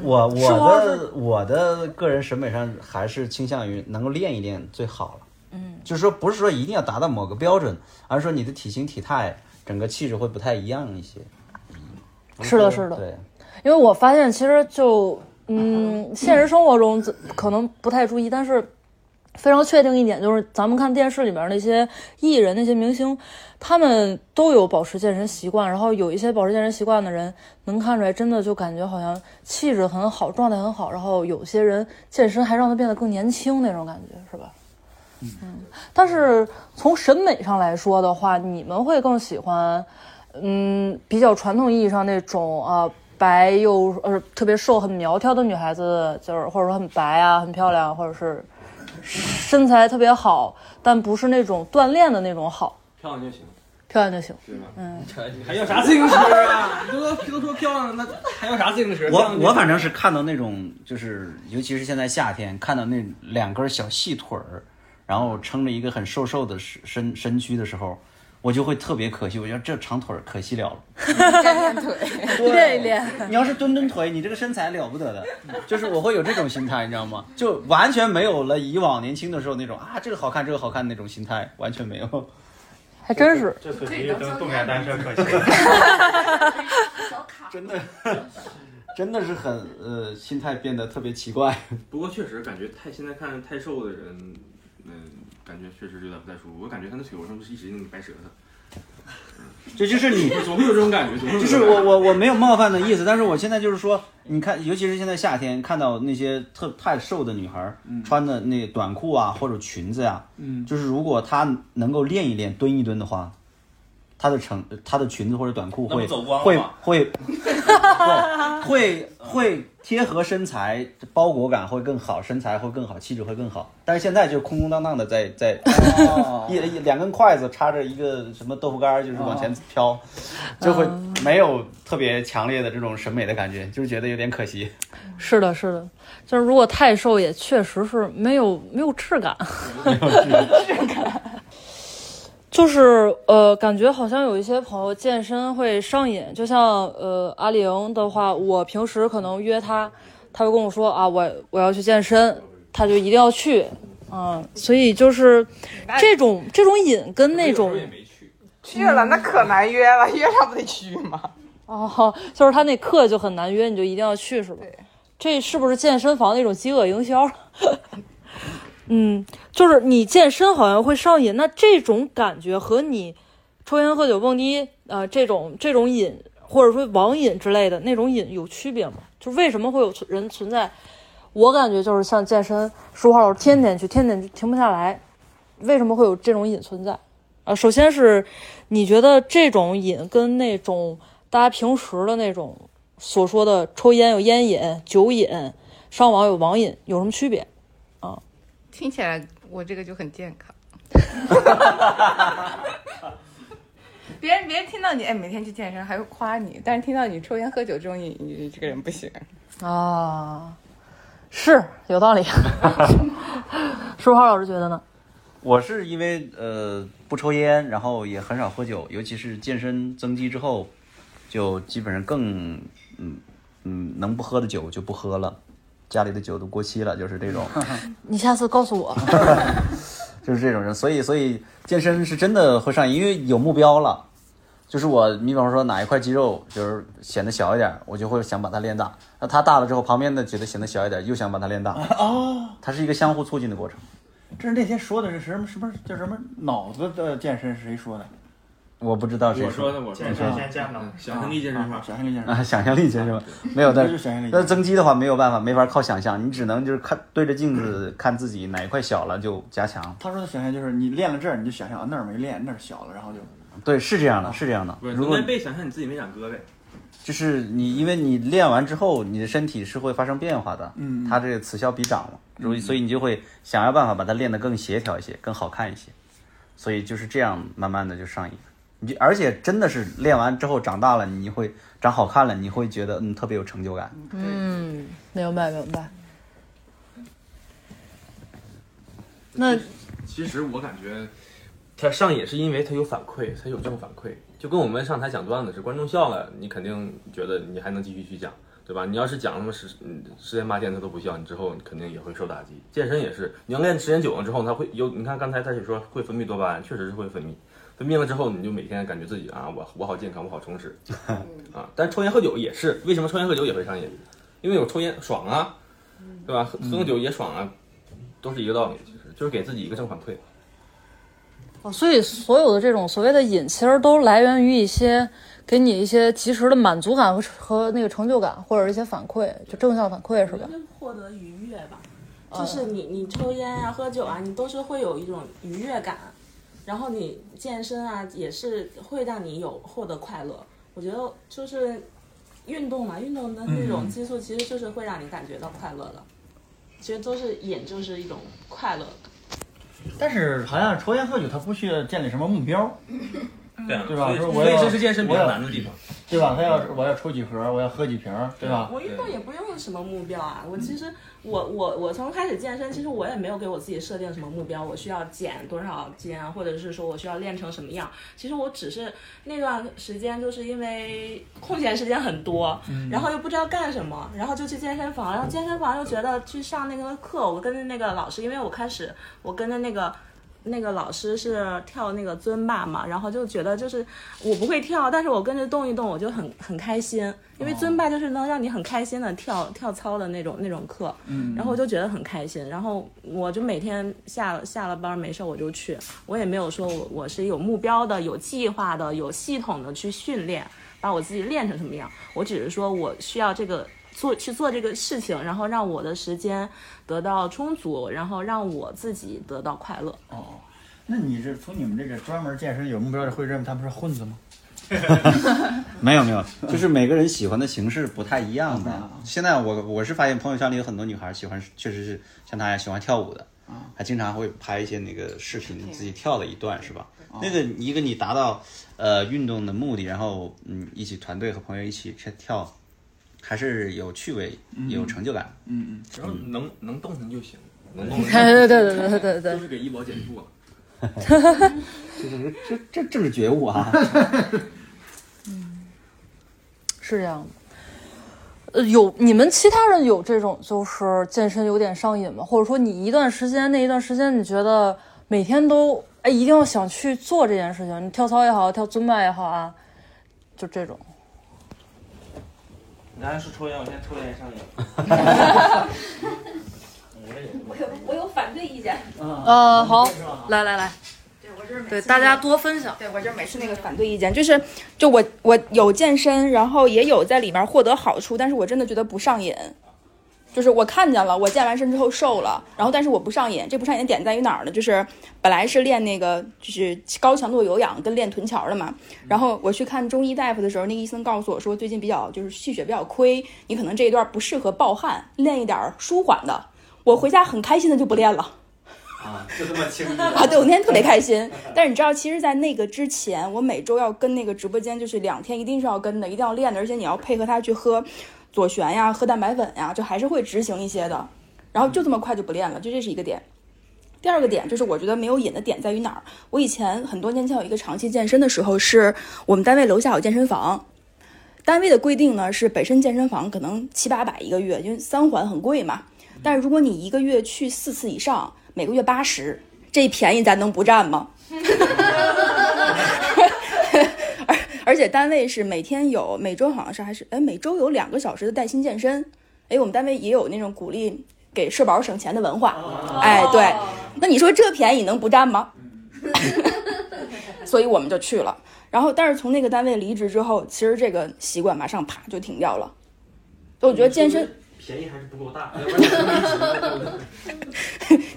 我我说的我的个人审美上还是倾向于能够练一练最好了。嗯，就是说不是说一定要达到某个标准，而是说你的体型体态整个气质会不太一样一些。嗯是的是的对，因为我发现其实就嗯，现实生活中自可能不太注意，但是非常确定一点就是，咱们看电视里面那些艺人、那些明星，他们都有保持健身习惯，然后有一些保持健身习惯的人，能看出来真的就感觉好像气质很好，状态很好，然后有些人健身还让他变得更年轻那种感觉，是吧？嗯，但是从审美上来说的话，你们会更喜欢，嗯，比较传统意义上那种啊、白又呃特别瘦、很苗条的女孩子，就是或者说很白啊、很漂亮，或者是身材特别好，但不是那种锻炼的那种好，漂亮就行，漂亮就行。对吧？嗯，你还要啥自行车啊？你都都说漂亮了，那还要啥自行车？我我反正是看到那种，就是尤其是现在夏天，看到那两根小细腿儿，然后撑着一个很瘦瘦的身身身躯的时候，我就会特别可惜，我觉得这长腿儿可惜了了。练腿，练一练。 <laughs> 你要是蹲蹲腿，你这个身材了不 <laughs> 得的，就是我会有这种心态，你知道吗？就完全没有了以往年轻的时候那种啊，这个好看，这个好看那种心态，完全没有。还真是。这腿皮就蹬动感单车可 <laughs> 惜。真的，真的是很呃，心态变得特别奇怪。 <laughs> 不过确实感觉太现在看太瘦的人，嗯、感觉确实有点不太舒服。我感觉他那腿我上不是一直那么白舌头，这就是你总会有这种感觉，总会有就这是种感觉嗯我我我没有冒犯的意思，但是我现在就是说，你看，尤其是现在夏天，看到那些特太瘦的女孩儿、嗯穿的那短裤啊或者裙子呀、嗯就是如果她能够练一练、蹲一蹲的话，她的成她的裙子或者短裤那不会走光了会吗会会会贴合身材，包裹感会更好，身材会更好，气质会更好。但是现在就是空空荡荡的在，在 <laughs> 一一两根筷子插着一个什么豆腐干儿，就是往前飘，就会没有特别强烈的这种审美的感觉，就是觉得有点可惜。是的，是的，就是如果太瘦，也确实是没有没有质感，就是呃，感觉好像有一些朋友健身会上瘾，就像呃阿玲的话，我平时可能约她，她会跟我说啊，我我要去健身，她就一定要去，嗯，所以就是这种这种瘾跟那种去了那可难约了，约上不得去吗？哦， <laughs> 就是他那课就很难约，你就一定要去，是吧？这是不是健身房的一种饥饿营销？ <laughs> 嗯，就是你健身好像会上瘾，那这种感觉和你抽烟、喝酒、蹦迪，呃，这种这种瘾，或者说网瘾之类的那种瘾有区别吗？就为什么会有存人存在？我感觉就是像健身，说话老师天天去，天天去，停不下来。为什么会有这种瘾存在？呃，首先是你觉得这种瘾跟那种大家平时的那种所说的抽烟有烟瘾、酒瘾、上网有网瘾有什么区别？啊，听起来我这个就很健康。别人别人听到你哎每天去健身还会夸你，但是听到你抽烟喝酒这种瘾，你你这个人不行。啊，是有道 <laughs> 理。舒浩老师觉得呢？我是因为呃不抽烟，然后也很少喝酒，尤其是健身增肌之后，就基本上更嗯嗯能不喝的酒就不喝了，家里的酒都过期了，就是 <laughs> 这种。你下次告诉 <laughs> 我。就是这种人，所以所以健身是真的会上瘾，因为有目标了。就是我，你比方说哪一块肌肉就是显得小一点，我就会想把它练大。那它大了之后，旁边的觉得显得小一点，又想把它练大。哦，它是一个相互促进的过程。这是那天说的是什么什么叫什么脑子的健身是谁说的？我不知道谁我说的我说的健身先健脑想象力健身法，想象力健啊，想象力健身吧，没有，但就是想象力那增肌的话没有办法，没法靠想象，你只能就是看对着镜子看自己哪一块小了就加强。他说的想象就是你练了这儿，你就想象啊那儿没练，那儿小了，然后就对，是这样的，是这样的。不是如果那被想象你自己没长胳膊，就是你，因为你练完之后，你的身体是会发生变化的，嗯它这个此消彼长嘛，所以所以你就会想要办法把它练得更协调一些，更好看一些，所以就是这样，慢慢的就上瘾。你就而且真的是练完之后长大了，你会长好看了，你会觉得嗯特别有成就感。嗯，明白明白。那其实我感觉他上瘾是因为他有反馈，他有正反馈，就跟我们上台讲段子是观众笑了，你肯定觉得你还能继续去讲。对吧？你要是讲他妈十嗯十天八天他都不笑，你之后肯定也会受打击。健身也是，你要练时间久了之后，它会有你看刚才大雪说会分泌多巴胺，确实是会分泌，分泌了之后你就每天感觉自己啊我我好健康，我好充实啊。但是抽烟喝酒也是，为什么抽烟喝酒也会上瘾？因为我抽烟爽啊，对吧？喝喝酒也爽啊，都是一个道理，其实就是给自己一个正反馈。哦，所以所有的这种所谓的瘾，其实都来源于一些给你一些及时的满足感和和那个成就感，或者一些反馈，就正向反馈是吧？获得愉悦吧，就是你你抽烟啊、喝酒啊，你都是会有一种愉悦感，然后你健身啊，也是会让你有获得快乐。我觉得就是运动嘛，运动的那种嗯激素其实就是会让你感觉到快乐的，其实都是瘾，就是一种快乐。但是好像抽烟喝酒，它不需要建立什么目标，对啊对吧？所以说我所以要这是健身比较我要难的地方对吧？他要我要抽几盒，我要喝几瓶，对吧？我运动也不用什么目标啊，我其实我我我从开始健身，其实我也没有给我自己设定什么目标，我需要减多少斤啊，或者是说我需要练成什么样。其实我只是那段时间就是因为空闲时间很多，嗯然后又不知道干什么，然后就去健身房，然后健身房又觉得去上那个课，我跟着那个老师，因为我开始我跟着那个。那个老师是跳那个尊巴嘛，然后就觉得就是我不会跳，但是我跟着动一动，我就很很开心，因为尊巴就是能让你很开心的跳跳操的那种那种课，嗯然后我就觉得很开心，然后我就每天下了下了班没事儿我就去，我也没有说我我是有目标的、有计划的、有系统的去训练，把我自己练成什么样，我只是说我需要这个做去做这个事情，然后让我的时间得到充足，然后让我自己得到快乐。哦，那你这从你们这个专门健身有目标的，会认为他们是混子吗？没有没有， <laughs> 就是每个人喜欢的形式不太一样的。现在我我是发现朋友圈里有很多女孩喜欢，确实是像她一样喜欢跳舞的，还经常会拍一些那个视频，自己跳了一段是吧？那个一个你达到呃运动的目的，然后嗯一起团队和朋友一起去跳，还是有趣味，有成就感。嗯嗯，然后能能动弹就 <laughs> 行，能动弹对对对对对对对，就是给医保减负啊。这就是这这这是觉悟啊！是这样的。呃，有你们其他人有这种就是健身有点上瘾吗？或者说你一段时间那一段时间，你觉得每天都哎一定要想去做这件事情，你跳操也好，跳尊巴也好啊，就这种。你刚才说抽烟，我现在抽烟上瘾。我有我有反对意见。啊呃，好，来来来，对大家多分享。对我就是每次那个反对意见，就是就我我有健身，然后也有在里面获得好处，但是我真的觉得不上瘾。就是我看见了，我健完身之后瘦了，然后但是我不上瘾。这不上瘾的点在于哪儿呢？就是本来是练那个就是高强度有氧跟练臀桥的嘛，然后我去看中医大夫的时候，那个医生告诉我说，最近比较就是气血比较亏，你可能这一段不适合暴汗，练一点儿舒缓的。我回家很开心的就不练了。 <laughs> 啊，就这么轻易啊，对我那天特别开心。但是你知道，其实，在那个之前，我每周要跟那个直播间就是两天，一定是要跟的，一定要练的，而且你要配合他去喝左旋呀、喝蛋白粉呀，就还是会执行一些的。然后就这么快就不练了，就这是一个点。第二个点就是，我觉得没有瘾的点在于哪儿？我以前很多年前有一个长期健身的时候，是我们单位楼下有健身房，单位的规定呢是本身健身房可能七八百一个月，因为三环很贵嘛。但是如果你一个月去四次以上，每个月八十，这便宜咱能不占吗？ <laughs> 而且单位是每天有，每周好像是还是哎，每周有两个小时的带薪健身。哎，我们单位也有那种鼓励给社保省钱的文化。哎，对，那你说这便宜能不占吗？所以我们就去了。然后，但是从那个单位离职之后，其实这个习惯马上啪就停掉了。所以我觉得健身便宜还是不够大。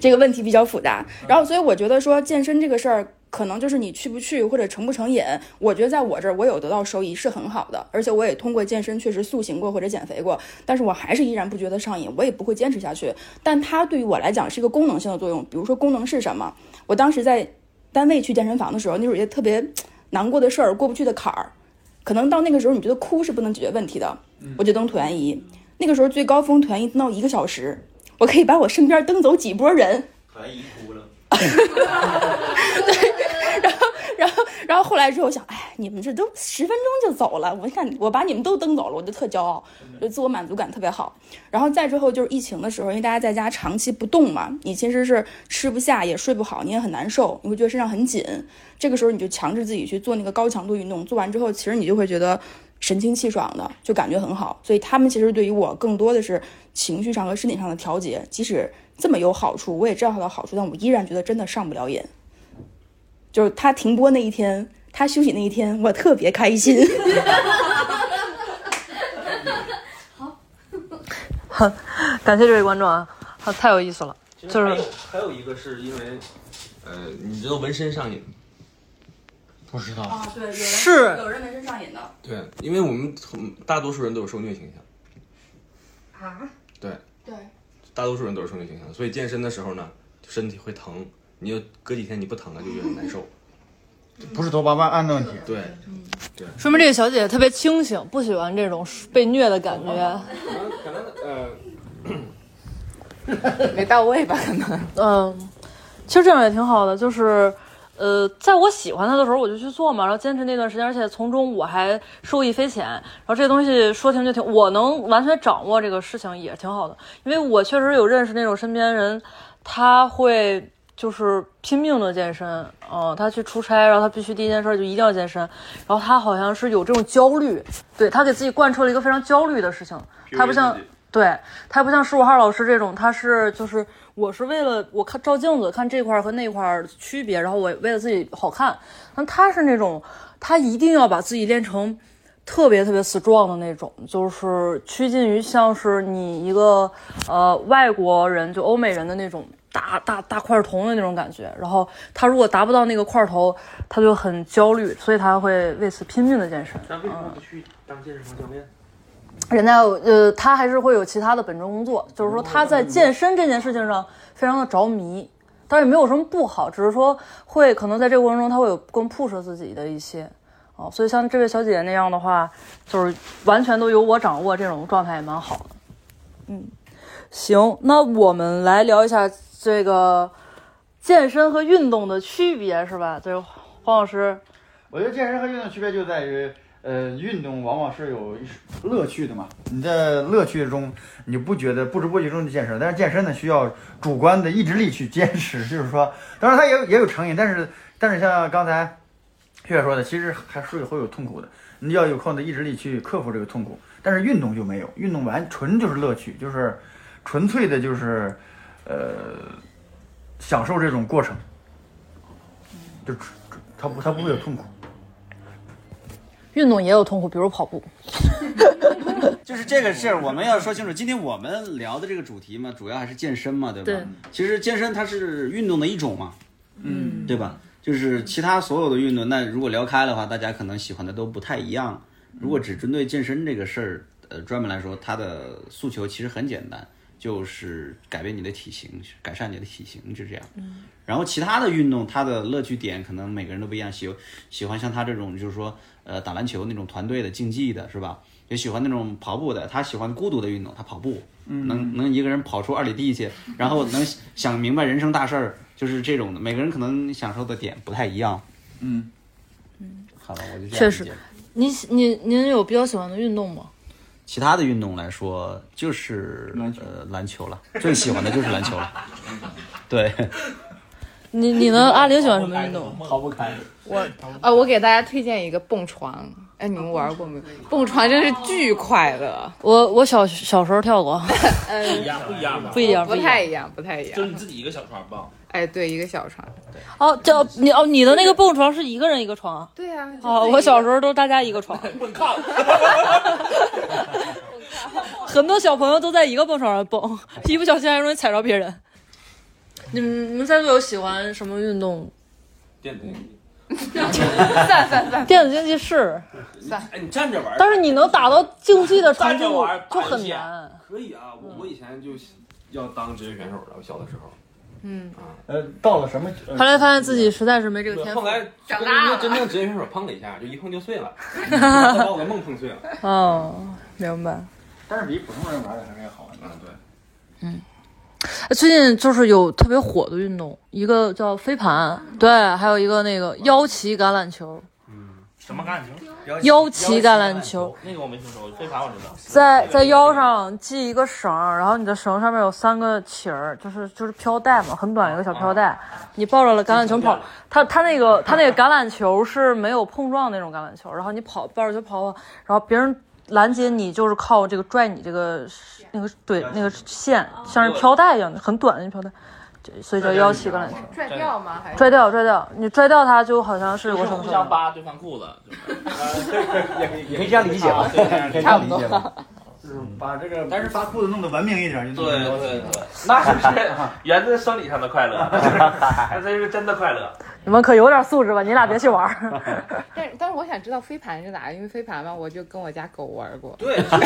这个问题比较复杂。然后，所以我觉得说健身这个事儿，可能就是你去不去或者成不成瘾。我觉得在我这儿，我有得到收益是很好的，而且我也通过健身确实塑形过或者减肥过，但是我还是依然不觉得上瘾，我也不会坚持下去。但它对于我来讲是一个功能性的作用，比如说功能是什么？我当时在单位去健身房的时候，那时候有一些特别难过的事儿，过不去的坎儿，可能到那个时候你觉得哭是不能解决问题的。我就蹬椭圆仪，那个时候最高峰椭圆仪蹬到一个小时，我可以把我身边蹬走几波人。可 <laughs> 以哭了。然后，然后后来之后我想，哎，你们这都十分钟就走了，我看我把你们都蹬走了，我就特骄傲，就自我满足感特别好。然后再之后就是疫情的时候，因为大家在家长期不动嘛，你其实是吃不下，也睡不好，你也很难受，你会觉得身上很紧。这个时候你就强制自己去做那个高强度运动，做完之后，其实你就会觉得神清气爽的，就感觉很好。所以他们其实对于我更多的是情绪上和身体上的调节，即使这么有好处，我也知道它的好处，但我依然觉得真的上不了瘾。就是他停播那一天，他休息那一天，我特别开心。好，感谢这位观众啊，好，太有意思了，就是还有一个是因为，呃，你知道纹身上瘾吗？不知道啊对，有人是有人纹身上瘾的对，因为我们从大多数人都有受虐倾向，啊，对，对，大多数人都有受虐倾向，所以健身的时候呢，身体会疼，你就隔几天你不疼了就有点难受。不是多巴胺的问题。 <laughs> 对，对，说明这个小姐姐特别清醒，不喜欢这种被虐的感觉。可能可能呃，没到位吧？可能。 <laughs> 嗯，其实这样也挺好的，就是，呃，在我喜欢它的时候我就去做嘛，然后坚持那段时间，而且从中我还受益匪浅。然后这东西说停就停，我能完全掌握这个事情也挺好的，因为我确实有认识那种身边人，他会。就是拼命的健身，嗯、他去出差，然后他必须第一件事就一定要健身，然后他好像是有这种焦虑，对他给自己贯彻了一个非常焦虑的事情，他不像自己对他不像十五号老师这种，他是就是我是为了我看照镜子看这块儿和那块儿区别，然后我为了自己好看。那他是那种他一定要把自己练成特别特别 strong 的那种，就是趋近于像是你一个呃外国人就欧美人的那种大大大块头的那种感觉。然后他如果达不到那个块头，他就很焦虑，所以他会为此拼命的健身。那为什么不去当健身房教练？人家有呃，他还是会有其他的本职工作，就是说他在健身这件事情上非常的着迷，但是也没有什么不好，只是说会可能在这个过程中他会有更 push 自己的一些哦，所以像这位小姐姐那样的话，就是完全都由我掌握，这种状态也蛮好的。嗯，行，那我们来聊一下这个健身和运动的区别是吧？对，黄老师，我觉得健身和运动区别就在于，呃，运动往往是有乐趣的嘛。你在乐趣中，你不觉得不知不觉中就健身，但是健身呢需要主观的意志力去坚持，就是说，当然它也有也有成瘾，但是但是像刚才月说的，其实还是会有痛苦的，你要有空的意志力去克服这个痛苦。但是运动就没有，运动完纯就是乐趣，就是纯粹的就是，呃，享受这种过程，就它不它不会有痛苦。运动也有痛苦，比如跑步。就是这个事儿，我们要说清楚。今天我们聊的这个主题嘛，主要还是健身嘛，对吧？对其实健身它是运动的一种嘛，嗯，对吧？就是其他所有的运动，那如果聊开的话，大家可能喜欢的都不太一样。如果只针对健身这个事儿，呃，专门来说，它的诉求其实很简单，就是改变你的体型，改善你的体型，就这样。嗯然后其他的运动，它的乐趣点可能每个人都不一样，喜喜欢像他这种就是说，呃，打篮球那种团队的竞技的是吧？也喜欢那种跑步的，他喜欢孤独的运动，他跑步，嗯能能一个人跑出二里地去，然后能想明白人生大事儿，就是这种的。每个人可能享受的点不太一样。嗯好了，我就这样理解确实，您您您有比较喜欢的运动吗？其他的运动来说，就是篮球、呃、篮球了，最喜欢的就是篮球了。 <laughs> 对，你你呢？阿林喜欢什么运动？逃不开。我啊，我给大家推荐一个蹦床，哎，你们玩过没有？蹦床真是巨快乐，我我小小时候跳过， <laughs> 嗯，一样不一样吧？不一样不太一样，不太一样。就是你自己一个小床吧？哎，对，一个小床，哦，叫你哦，你的那个蹦床是一个人一个床啊？对啊。哦，我小时候都是大家一个 <laughs> 床，我靠！很多小朋友都在一个蹦床上 <laughs> 蹦，一不小心还容易踩着别人。你们你们在座有喜欢什么运 <laughs> 动？电子竞技。算算算，电子竞技是，哎，你站着玩儿，但是你能打到竞技的程站着度玩儿就打游很戏难。可以啊，我我以前就要当职业选手了，我小的时候。嗯，呃，到了什么？呃后来发现自己实在是没这个天赋后来。长跟大人了家真正职业选手碰了一下，就一碰就碎 <laughs> 了，把我的梦碰碎了。哦，明白。 <laughs> 但是比普通人 <laughs> 玩的还是要好玩。嗯，对。哎最近就是有特别火的运动，一个叫飞盘，对，还有一个那个腰旗橄榄球。什么橄榄球？腰旗橄榄球。那个我没听说过，飞盘我知道。在在腰上系一个绳儿，然后你的绳上面有三个旗儿，就是就是飘带嘛，很短一个小飘带。你抱着了橄榄球跑，它它那个它那个橄榄球是没有碰撞那种橄榄球，然后你跑抱着球跑跑，然后别人拦截你就是靠这个拽你这个那个对那个线，啊像是飘带一样的，很短的那飘带，这所以叫腰旗橄榄球。拽掉吗？还是拽掉拽掉，你拽掉它就好像是就我是什么互相扒对方裤子，就是 <laughs> 也可以这样理解吧啊对对对 <laughs> 可以这样理解吧就是嗯把这个，但是把裤子弄得文明一点，就对对对，那是不是源自生理上的 <laughs> 快乐，那这是真的快乐。你们可有点素质吧，你俩别去玩儿。但但是我想知道飞盘是咋，因为飞盘嘛，我就跟我家狗玩过。对，这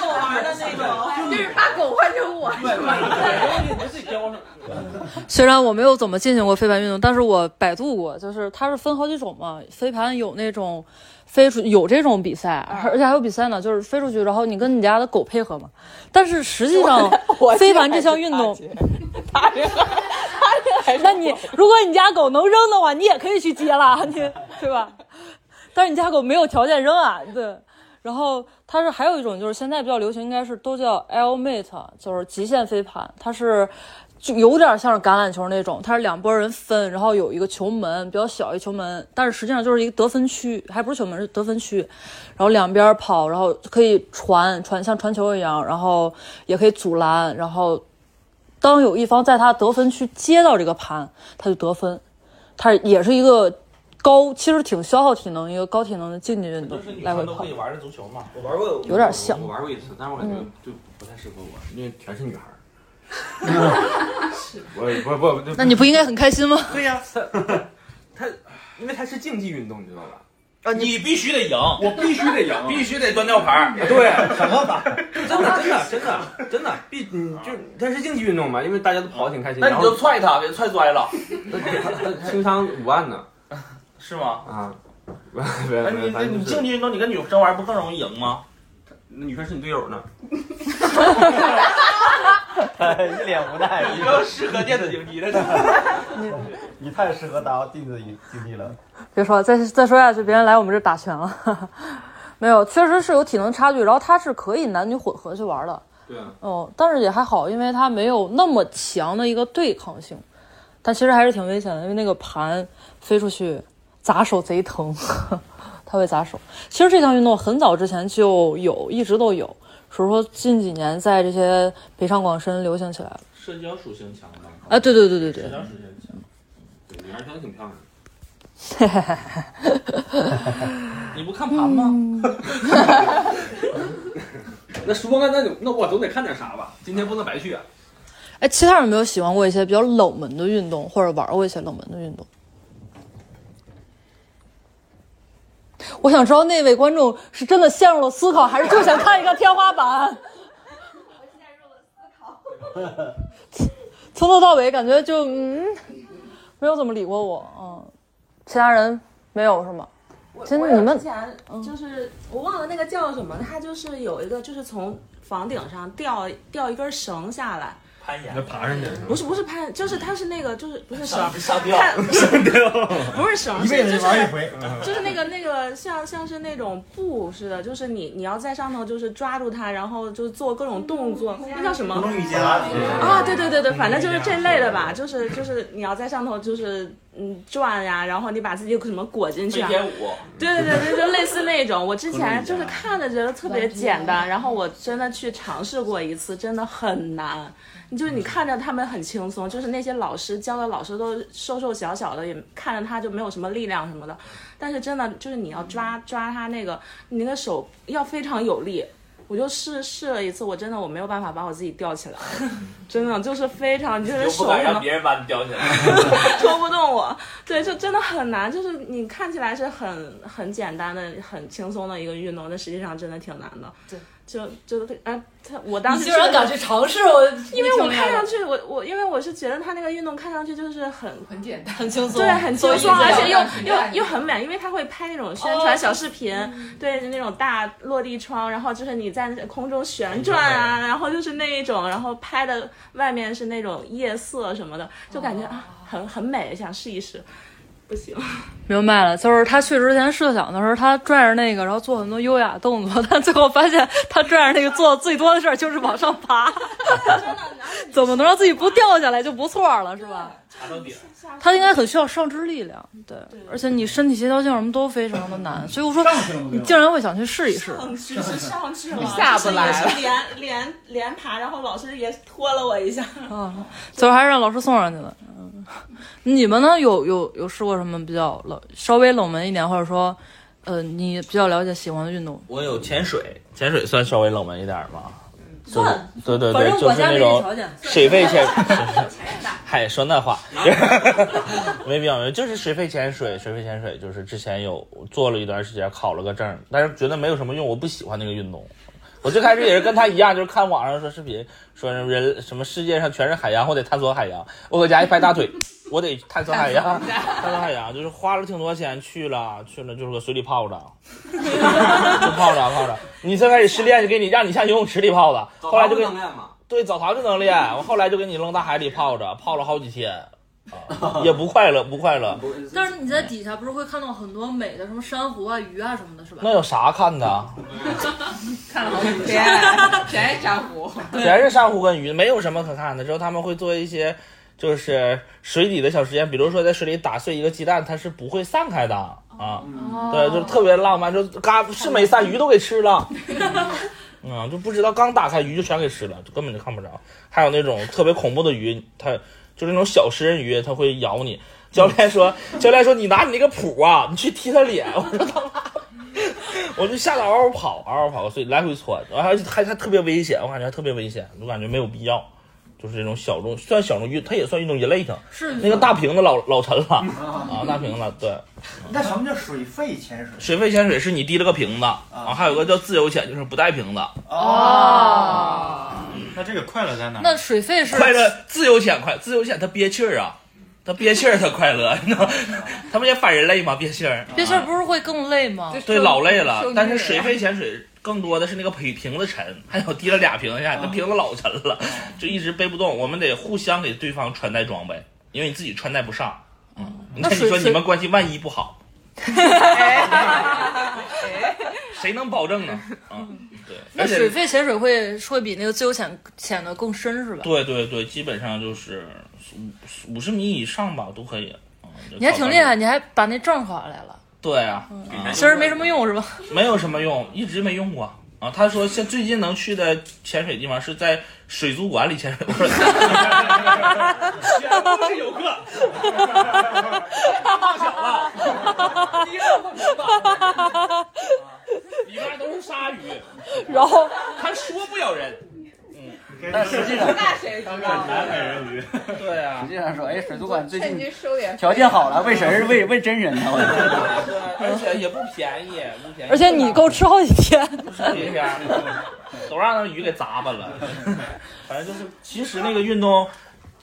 狗 <laughs> 玩的那种，就是把狗换成我，是吧？你自己叼上。虽然我没有怎么进行过飞盘运动，但是我百度过，就是它是分好几种嘛。飞盘有那种飞出有这种比赛，而且还有比赛呢，就是飞出去，然后你跟你家的狗配合嘛。但是实际上我， <laughs> 飞盘这项运动，那你如果你家狗能扔的话，你也可以去接啦，你对吧？但是你家狗没有条件扔啊，对。然后它是还有一种就是现在比较流行，应该是都叫 L mate，就是极限飞盘，它是就有点像是橄榄球那种，它是两拨人分，然后有一个球门，比较小一球门，但是实际上就是一个得分区，还不是球门，是得分区。然后两边跑，然后可以传传像传球一样，然后也可以阻拦，然后当有一方在他得分区接到这个盘，他就得分。它也是一个高，其实挺消耗体能，一个高体能的竞技运动就是，女来回生都跑可以。玩的足球嘛，我玩过，有点像我玩过一次，但是我感觉嗯就不太适合我，因为全是女孩儿。我不不不，那你不应该很开 <laughs> 心吗？对呀、他，因为他是竞技运动，你知 <laughs> 道吧？啊，你必须得赢，我必须得赢，啊必须得端掉牌儿。对，什么吧？真的真的真的真的，必你就它是竞技运动嘛，因为大家都跑得挺开心。那你就踹他，别踹 <laughs> 摔了，轻伤五万呢是吗？ <laughs> 啊！那哎那你那你竞技运动，你跟女生玩不更容易赢吗？那女生是你队友呢。哎一脸无奈。你就适合电子竞技， <laughs> 你太适合打弟子竞技了。别说了再再说下去，别人来我们这儿打拳了。 <laughs> 没有，确实是有体能差距，然后它是可以男女混合去玩的，对啊，哦，但是也还好，因为它没有那么强的一个对抗性，但其实还是挺危险的，因为那个盘飞出去砸手贼疼， <laughs> 它会砸手。其实这项运动很早之前就有，一直都有，只是说近几年在这些北上广深流行起来了。社交属性强的。啊对对对对对社交属性强。对，女孩穿的挺漂 <laughs> 亮的。你不看盘吗？那时光，那那那我总得看点啥吧？今天不能白去啊！哎，其他人有没有喜欢过一些比较冷门的运动，或者玩过一些冷门的运动？我想知道那位观众是真的陷入了思考，还是就想看一个天花板？ <laughs> 从头到尾感觉就嗯，没有怎么理过我，嗯，其他人没有是吗？我真的我有你们之前就是我忘了那个叫什么，它就是有一个就是从房顶上掉掉一根绳下来。攀岩，爬上去不是不是攀，就是它是那个就是不是绳上，上吊它 <laughs> 上吊，不是绳，一辈子是就玩一就是回就是那个那个像像是那种布似的，就是你你要在上头就是抓住它，然后就做各种动作，那叫什么？瑜伽啊啊，对对对对，反正就是这类的吧，就是就是你要在上头就是嗯转呀、然后你把自己什么裹进去啊飞。天舞，对对对对，就类似那种。我之不能前就是看着觉得特别简单，然后我真的去尝试过一次，真的很难。就是嗯你看着他们很轻松，就是那些老师教的老师都瘦瘦小小的，也看着他就没有什么力量什么的。但是真的就是你要嗯抓抓他那个，你那个手要非常有力。我就试试了一次，我真的我没有办法把我自己吊起来， <laughs> 真的就是非常，你就你是就不手敢可让能别人把你吊起来。 <laughs> 戳不动我。对，就真的很难，就是你看起来是很很简单的、很轻松的一个运动，但实际上真的挺难的。对。就就啊，他我当时你居然敢去尝试我因为我挺厉害的看上去我我因为我是觉得他那个运动看上去就是很很简单，很轻松对，很轻做松，一次而且两段时又间又又很美，因为他会拍那种宣传小视频，对那种大落地窗，然后就是你在空中旋转啊，然后就是那一种，然后拍的哦外面是那种夜色什么的，就感觉、啊很很美，想试一试。不 <laughs> 行。明白了，就是他去之前设想的时候，他拽着那个，然后做很多优雅动作， <laughs> 但最后发现他拽着那个做最多的事儿就是往上爬， <laughs> 怎么能让自己不掉下来就不错了，是吧？爬到顶。他应该很需要上肢力量，对，而且你身体协调性什么都非常的难，所以我说你竟然会想去试一试，上去是上去 <laughs> 了，下不来了就是也是连连连爬，然后老师也拖了我一下。 <laughs> 啊，最后还是让老师送上去了。嗯，你们呢？有有有试过什么比较冷、稍微冷门一点，或者说，呃，你比较了解喜欢的运动？ <laughs> 我有潜水，潜水算稍微冷门一点儿吗？算对对反对，正就我是家那没种这条件水 <laughs> 肺潜， <laughs> 嗨，说那话，没必要，没必要就是水肺潜水，水肺潜水就是之前有做了一段时间，考了个证，但是觉得没有什么用，我不喜欢那个运动。我最开始也是跟他一样，就是看网上说视频，说什么人什么世界上全是海洋，我得探索海洋。我搁家一拍大腿，我得探索海洋，探索海洋，就是花了挺多钱去了，去了就是搁水里泡着，就泡着泡着。你最开始失恋就给你让你像游泳池里泡的，后来就早给上不能练嘛对澡堂就能练，我后来就给你扔大海里泡着，泡了好 <laughs> 几天，啊，也不快乐，不快乐。但是你在底下不是会看到很多美的什么珊瑚啊、鱼啊什么的，是吧？那有啥看的？看了好几谁爱 <laughs> 谁爱珊瑚？ <laughs> 全是珊瑚跟鱼，没有什么可看的。之后他们会做一些就是水底的小实验，比如说在水里打碎一个鸡蛋，它是不会散开的啊。对，就是特别浪漫，就嘎是没散，鱼都给吃了。 <laughs> 嗯，就不知道刚打开鱼就全给吃了，就根本就看不着。还有那种特别恐怖的鱼，它就是那种小食人鱼，它会咬你。教练说，教练说你拿你那个谱啊，你去踢它脸。我说他妈，我就吓得嗷嗷跑，嗷嗷跑，所以来回窜，然后还还还特别危险，我感觉还特别危险，我感觉没有必要。就是这种小众，算小众运，它也算运动一类的。是那个大瓶子老老沉了啊啊，大瓶子对。 <laughs> 那什么叫水肺潜水？水肺潜水是你提了个瓶子啊，还有个叫自由潜，就是不带瓶子。哦，那这个快乐在哪那水费是快乐自由潜快，自由潜它憋气儿啊，它憋气儿它快乐，你知道吗？ <laughs> 他们也反人类嘛，憋气儿。憋气儿不是会更累吗？ <laughs> 对，老累了。但是水肺潜水更多的是那个瓶瓶子沉，还有滴了俩瓶子下，哦那瓶子老沉了， <laughs> 就一直背不动。我们得互相给对方穿戴装备，因为你自己穿戴不上。嗯，那那你水说水你们关系万一 <laughs> 不好，谁能保证呢？啊，对，嗯那而且水费潜水会会比那个自由潜潜的更深是吧？对对对，基本上就是五五十米以上吧，都可以。嗯你还挺厉。害，你还把那证考下来了，对啊，啊其实没什么用是吧？没有什么用，一直没用过啊。他说现最近能去的潜水地方是在水族馆里潜水。我说都是游 <laughs> 客，放小了，你让我们吧，里面都是鲨鱼，然后他说不咬人。嗯但实际上，那谁知道？人鱼。对啊，实际上说，哎，水族馆最近收敛条件好了，喂谁是喂喂真人呢？我对，而且也不便宜，不便宜。而且你够吃好几天。<laughs> 一天，都让那鱼给砸巴了。反正就是，其实那个运动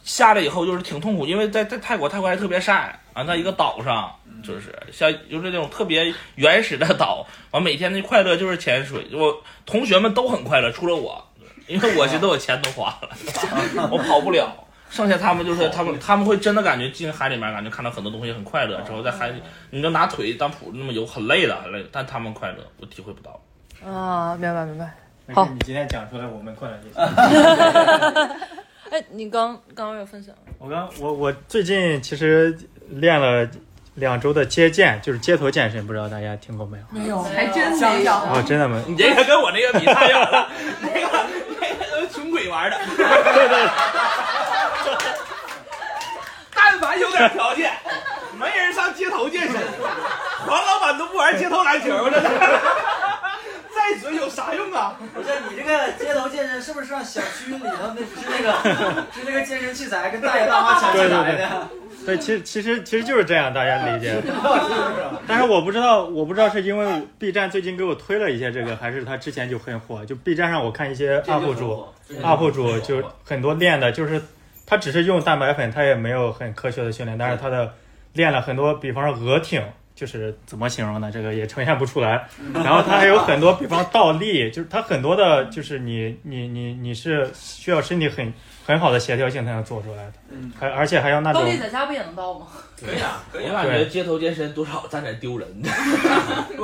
下来以后就是挺痛苦，因为在在泰国，泰国还特别晒啊，在一个岛上，嗯就是像就是那种特别原始的岛，完每天的快乐就是潜水，我同学们都很快乐，除了我，因为我觉得我钱都花了， <laughs> 我跑不了。剩下他们就是他们，他们会真的感觉进海里面，感觉看到很多东西很快乐。之后在海里，你就拿腿当蹼那么游，很累的，很累的。但他们快乐，我体会不到。啊，明白明白。没 <laughs> 好事，你今天讲出来，我们快乐就行。哎，你刚刚有分享，我刚我我最近其实练了两周的街健，就是街头健身，不知道大家听过没有？没有，还真没有。哦，真的没。你这个跟我那个比太远了，那个那个穷鬼玩的。对对。但凡有点条件，没人上街头健身。黄老板都不玩街头篮球了，再准有啥用啊？不是你这个街头健身是不是上小区里头那是那 <laughs> 个是那个健身器材跟大爷大妈抢起对对来对的？，对，其实其实其实就是这样，大家理解。 <laughs> 但是我不知道，我不知道是因为我 B 站最近给我推了一些这个，还是他之前就很火。就 B 站上我看一些这就很 UP 主火这就很火，UP 主就很多练的，就是他只是用蛋白粉，他也没有很科学的训练，但是他的练了很多，比方说额挺，就是怎么形容呢？这个也呈现不出 <laughs> 来。然后它还有很多，比方倒立，就是它很多的，就是你你你你是需要身体很很好的协调性才能做出来的，嗯还而且还要那高种丽在家不也能倒吗？可以啊，可以对啊。我感觉街头健身多少沾点哦 <laughs> 丢人的。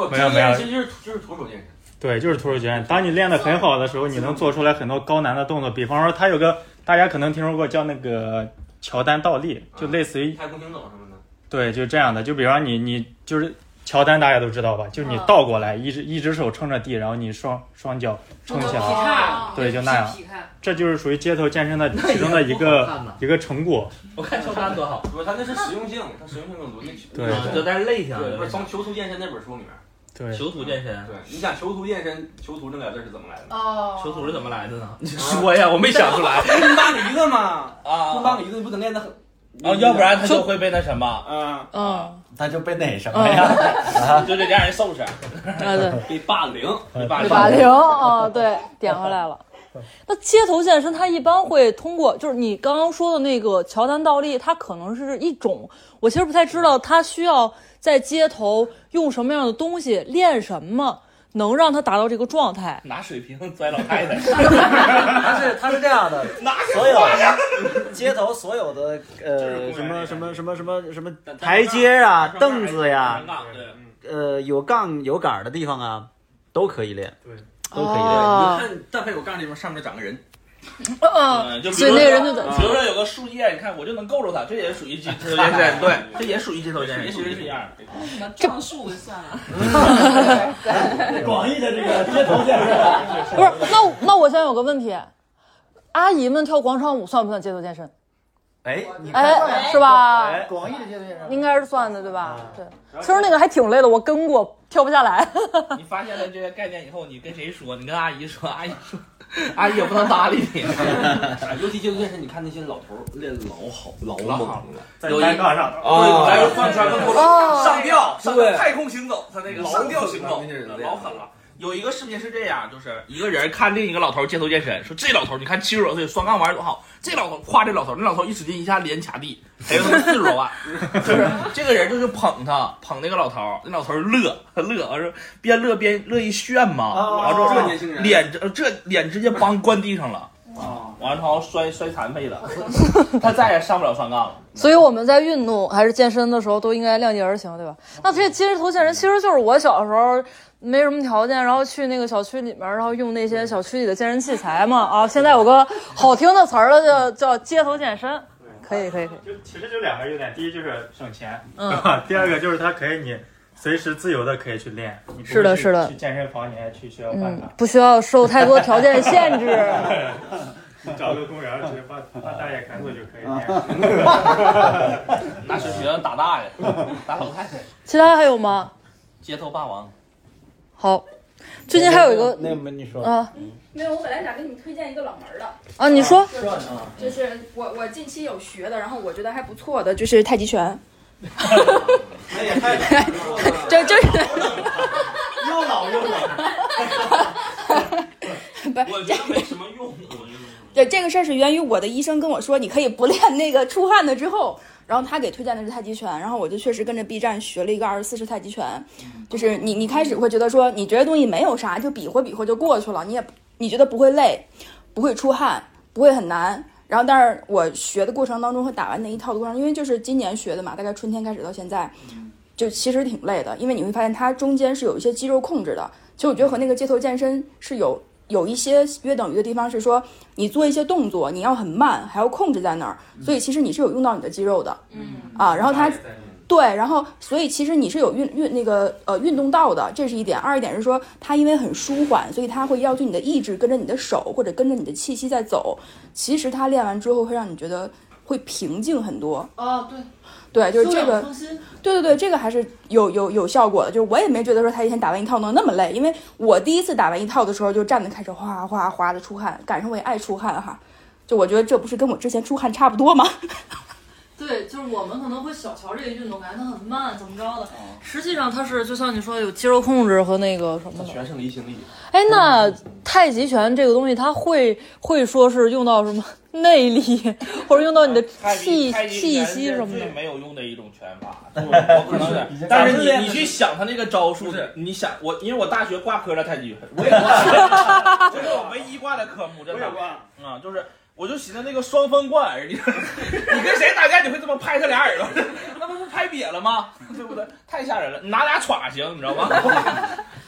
没有没有其实就是就是徒手健身。对，就是徒手决战。当你练得很好的时候，你能做出来很多高难的动作，比方说它有个大家可能听说过叫那个乔丹倒立，就类似于太空行走什么的。对，就这样的。就比方你你就是乔丹，大家都知道吧？就是你倒过来，一只一只手撑着地，然后你双双脚撑起哦劈叉来，对，就那样劈劈叉。这就是属于街头健身的 <laughs> 那也其中的一不好看呐个一个成果。我看乔丹多好，不是他那是实用性，他实用性更多。那对对就在累上对，不是从《囚徒健身》那本书里面。对，囚徒健身。对，你想囚徒健身，囚徒这俩字是怎么来的？哦囚徒是怎么来的呢？你说呀，我没想出来。弄大驴子嘛，啊弄大驴子你不得练得很。啊，要不然他就会被那什么，嗯嗯，他就被那什么呀，就得让人受伤，啊对，被霸凌，被霸对凌，吧？零哦，对，点回来了。那街头健身，它一般会通过，就是你刚刚说的那个乔丹倒立，它可能是一种，我其实不太知道它需要在街头用什么样的东西练什么，能让它达到这个状态。拿水瓶摔老太太。他是他是这样的，所有街头所有的呃什么什么什么什么什么台阶啊、凳子呀、呃有杠有杆儿的地方啊，都可以练。对，都可以哦练。看，但凡有杠的地方，上面长个人。嗯嗯，就比所以那如说个人就在比如说有个树叶，你看我就能够着它，这也属于街头健身，对，这也属于街头健身，也其属于实是一样的。嗯那撞树就算了。广义的这个街头健身 <laughs> 不是，那我那我现在有个问题，阿姨们跳广场舞算不算街头健身？哎，你看哎，是吧？哎广义的街头健身，应该是算的，对吧？对，其实那个还挺累的，我跟过，跳不下来。你发现了这些概念以后，你跟谁说？你跟阿姨说，阿姨说，哎阿姨也不能搭理 <laughs> 你。尤其街头健身，你看那些老头儿练得老好，老老猛好了，在单杠上啊，对来个换穿跟过哦上吊，上对太空行走，他那个老上吊行狠了走那些人，老狠了。有一个视频是这样，就是一个人看另一个老头街头健身，说这老头你看七十多岁双杠玩得多好，这老头夸这老头，那老头一使劲一下脸卡地，还有他妈四十 <laughs> 多万，就是这个人就是捧他捧那个老头，那老头乐乐，完说边乐边乐意炫嘛，哦完之后这年轻人哦脸这这脸直接帮灌地上了。完了，后摔摔残废了， <laughs> 他再也上不了双杠了。所以我们在运动还是健身的时候，都应该量力而行，对吧？那这些街头健身其实就是我小时候没什么条件，然后去那个小区里面，然后用那些小区里的健身器材嘛。啊，现在有个好听的词儿了，叫叫街头健身。可以，可以，可以。就其实就两个优点，第一就是省钱， <laughs> 嗯对吧第二个就是它可以你随时自由的可以去练，你不会是的去是的去健身房你还去需要办嗯卡，，不需要受太多条件限制。 <laughs> 你 <laughs> 找个公园儿直接把把大爷砍死就可以练。 <laughs> 拿水瓶 <laughs> 打 <laughs> 大爷，打老太太，其他还有吗？街头霸王。好，最近还有一个那没你说啊没有，我本来想给你们推荐一个冷门的啊，你说就是就是我我近期有学的，然后我觉得还不错的，就是太极拳。 <laughs> 这这又老又老， <laughs> 我觉得没什么用，我觉得。对这个事儿是源于我的医生跟我说，你可以不练那个出汗的之后，然后他给推荐的是太极拳，然后我就确实跟着 B 站学了一个二十四式太极拳，嗯就是你你开始会觉得说你觉得东西没有啥，就比划比划就过去了，你也你觉得不会累，不会出汗，不会很难。然后，但是我学的过程当中和打完那一套的过程，因为就是今年学的嘛，大概春天开始到现在，就其实挺累的，因为你会发现它中间是有一些肌肉控制的。其实我觉得和那个街头健身是有有一些约等于的地方，是说你做一些动作，你要很慢，还要控制在那儿，所以其实你是有用到你的肌肉的。嗯啊，然后它对，然后所以其实你是有运运那个呃运动到的，这是一点。二一点是说，它因为很舒缓，所以它会要求你的意志跟着你的手或者跟着你的气息在走。其实它练完之后会让你觉得会平静很多。哦，对，对，就是这个舒养舒心，对对对，这个还是有有有效果的。就是我也没觉得说他一天打完一套能那么累，因为我第一次打完一套的时候就站着开始哗哗哗的出汗，赶上我也爱出汗哈。就我觉得这不是跟我之前出汗差不多吗？ <laughs> 对，就是我们可能会小瞧这个运动，感觉它很慢，怎么着的。哦实际上它是就像你说的有肌肉控制和那个什么的。全胜离心力。哎，那太极拳这个东西，它会会说是用到什么 <laughs> 内力，或者用到你的气太极气拳息是什么的最。没有用的一种拳法， <laughs> 就是我可能不是 <laughs> 是，啊但咱是们你练的你是去想他那个招数， <laughs> 你想我，因为我大学挂科了太极拳，我也挂，这是我唯一挂的科目，真的。啊，就是我就寻思那个双峰贯耳，你 <laughs> 你跟谁打架你会这么拍他俩耳朵？ <laughs> 那不是拍瘪了吗？ <laughs> 对不对？太吓人了，你拿俩歘行，你知道 <laughs> 吗？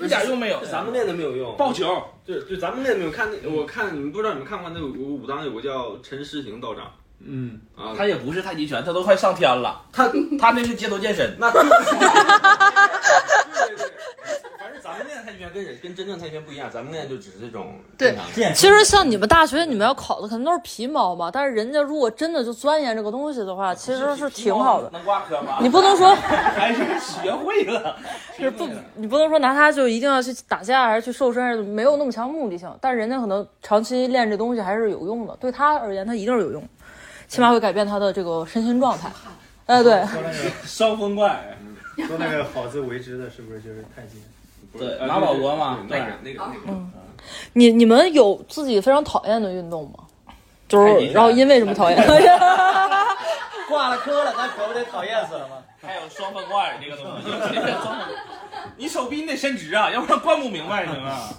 一点用没有，咱们练的没有用。抱球，对对，咱们练的没有。看那，我看你们不知道你们看过那个武武当有个叫陈师行道长，嗯啊他也不是太极拳，他都快上天了，他他那是街头健身，那反正咱们练太极拳跟人跟真正太极拳不一样，咱们练就只是这种对正常，的其实像你们大学你们要考的肯定都是皮毛嘛，但是人家如果真的就钻研这个东西的啊话，其实是挺好的。能挂科吗？你不能说还是学会了，就是不，你不能说拿它就一定要去打架，还是去瘦身，还是没有那么强目的性。但是人家可能长期练这东西还是有用的，对他而言，他一定是有用的，起码会改变他的这个身心状态。哎，对，双峰贯耳，说那个好自为之的，是不是就是太极？啊对马保国嘛，对对呃那个嗯，你你们有自己非常讨厌的运动吗？就太是极，拳然后因为什么讨厌？ <laughs> 挂了科了，那可不得讨厌死了吗？还有双峰贯耳这个东 <laughs> 西，双峰你手臂你得伸直啊，要不然灌不明白行啊。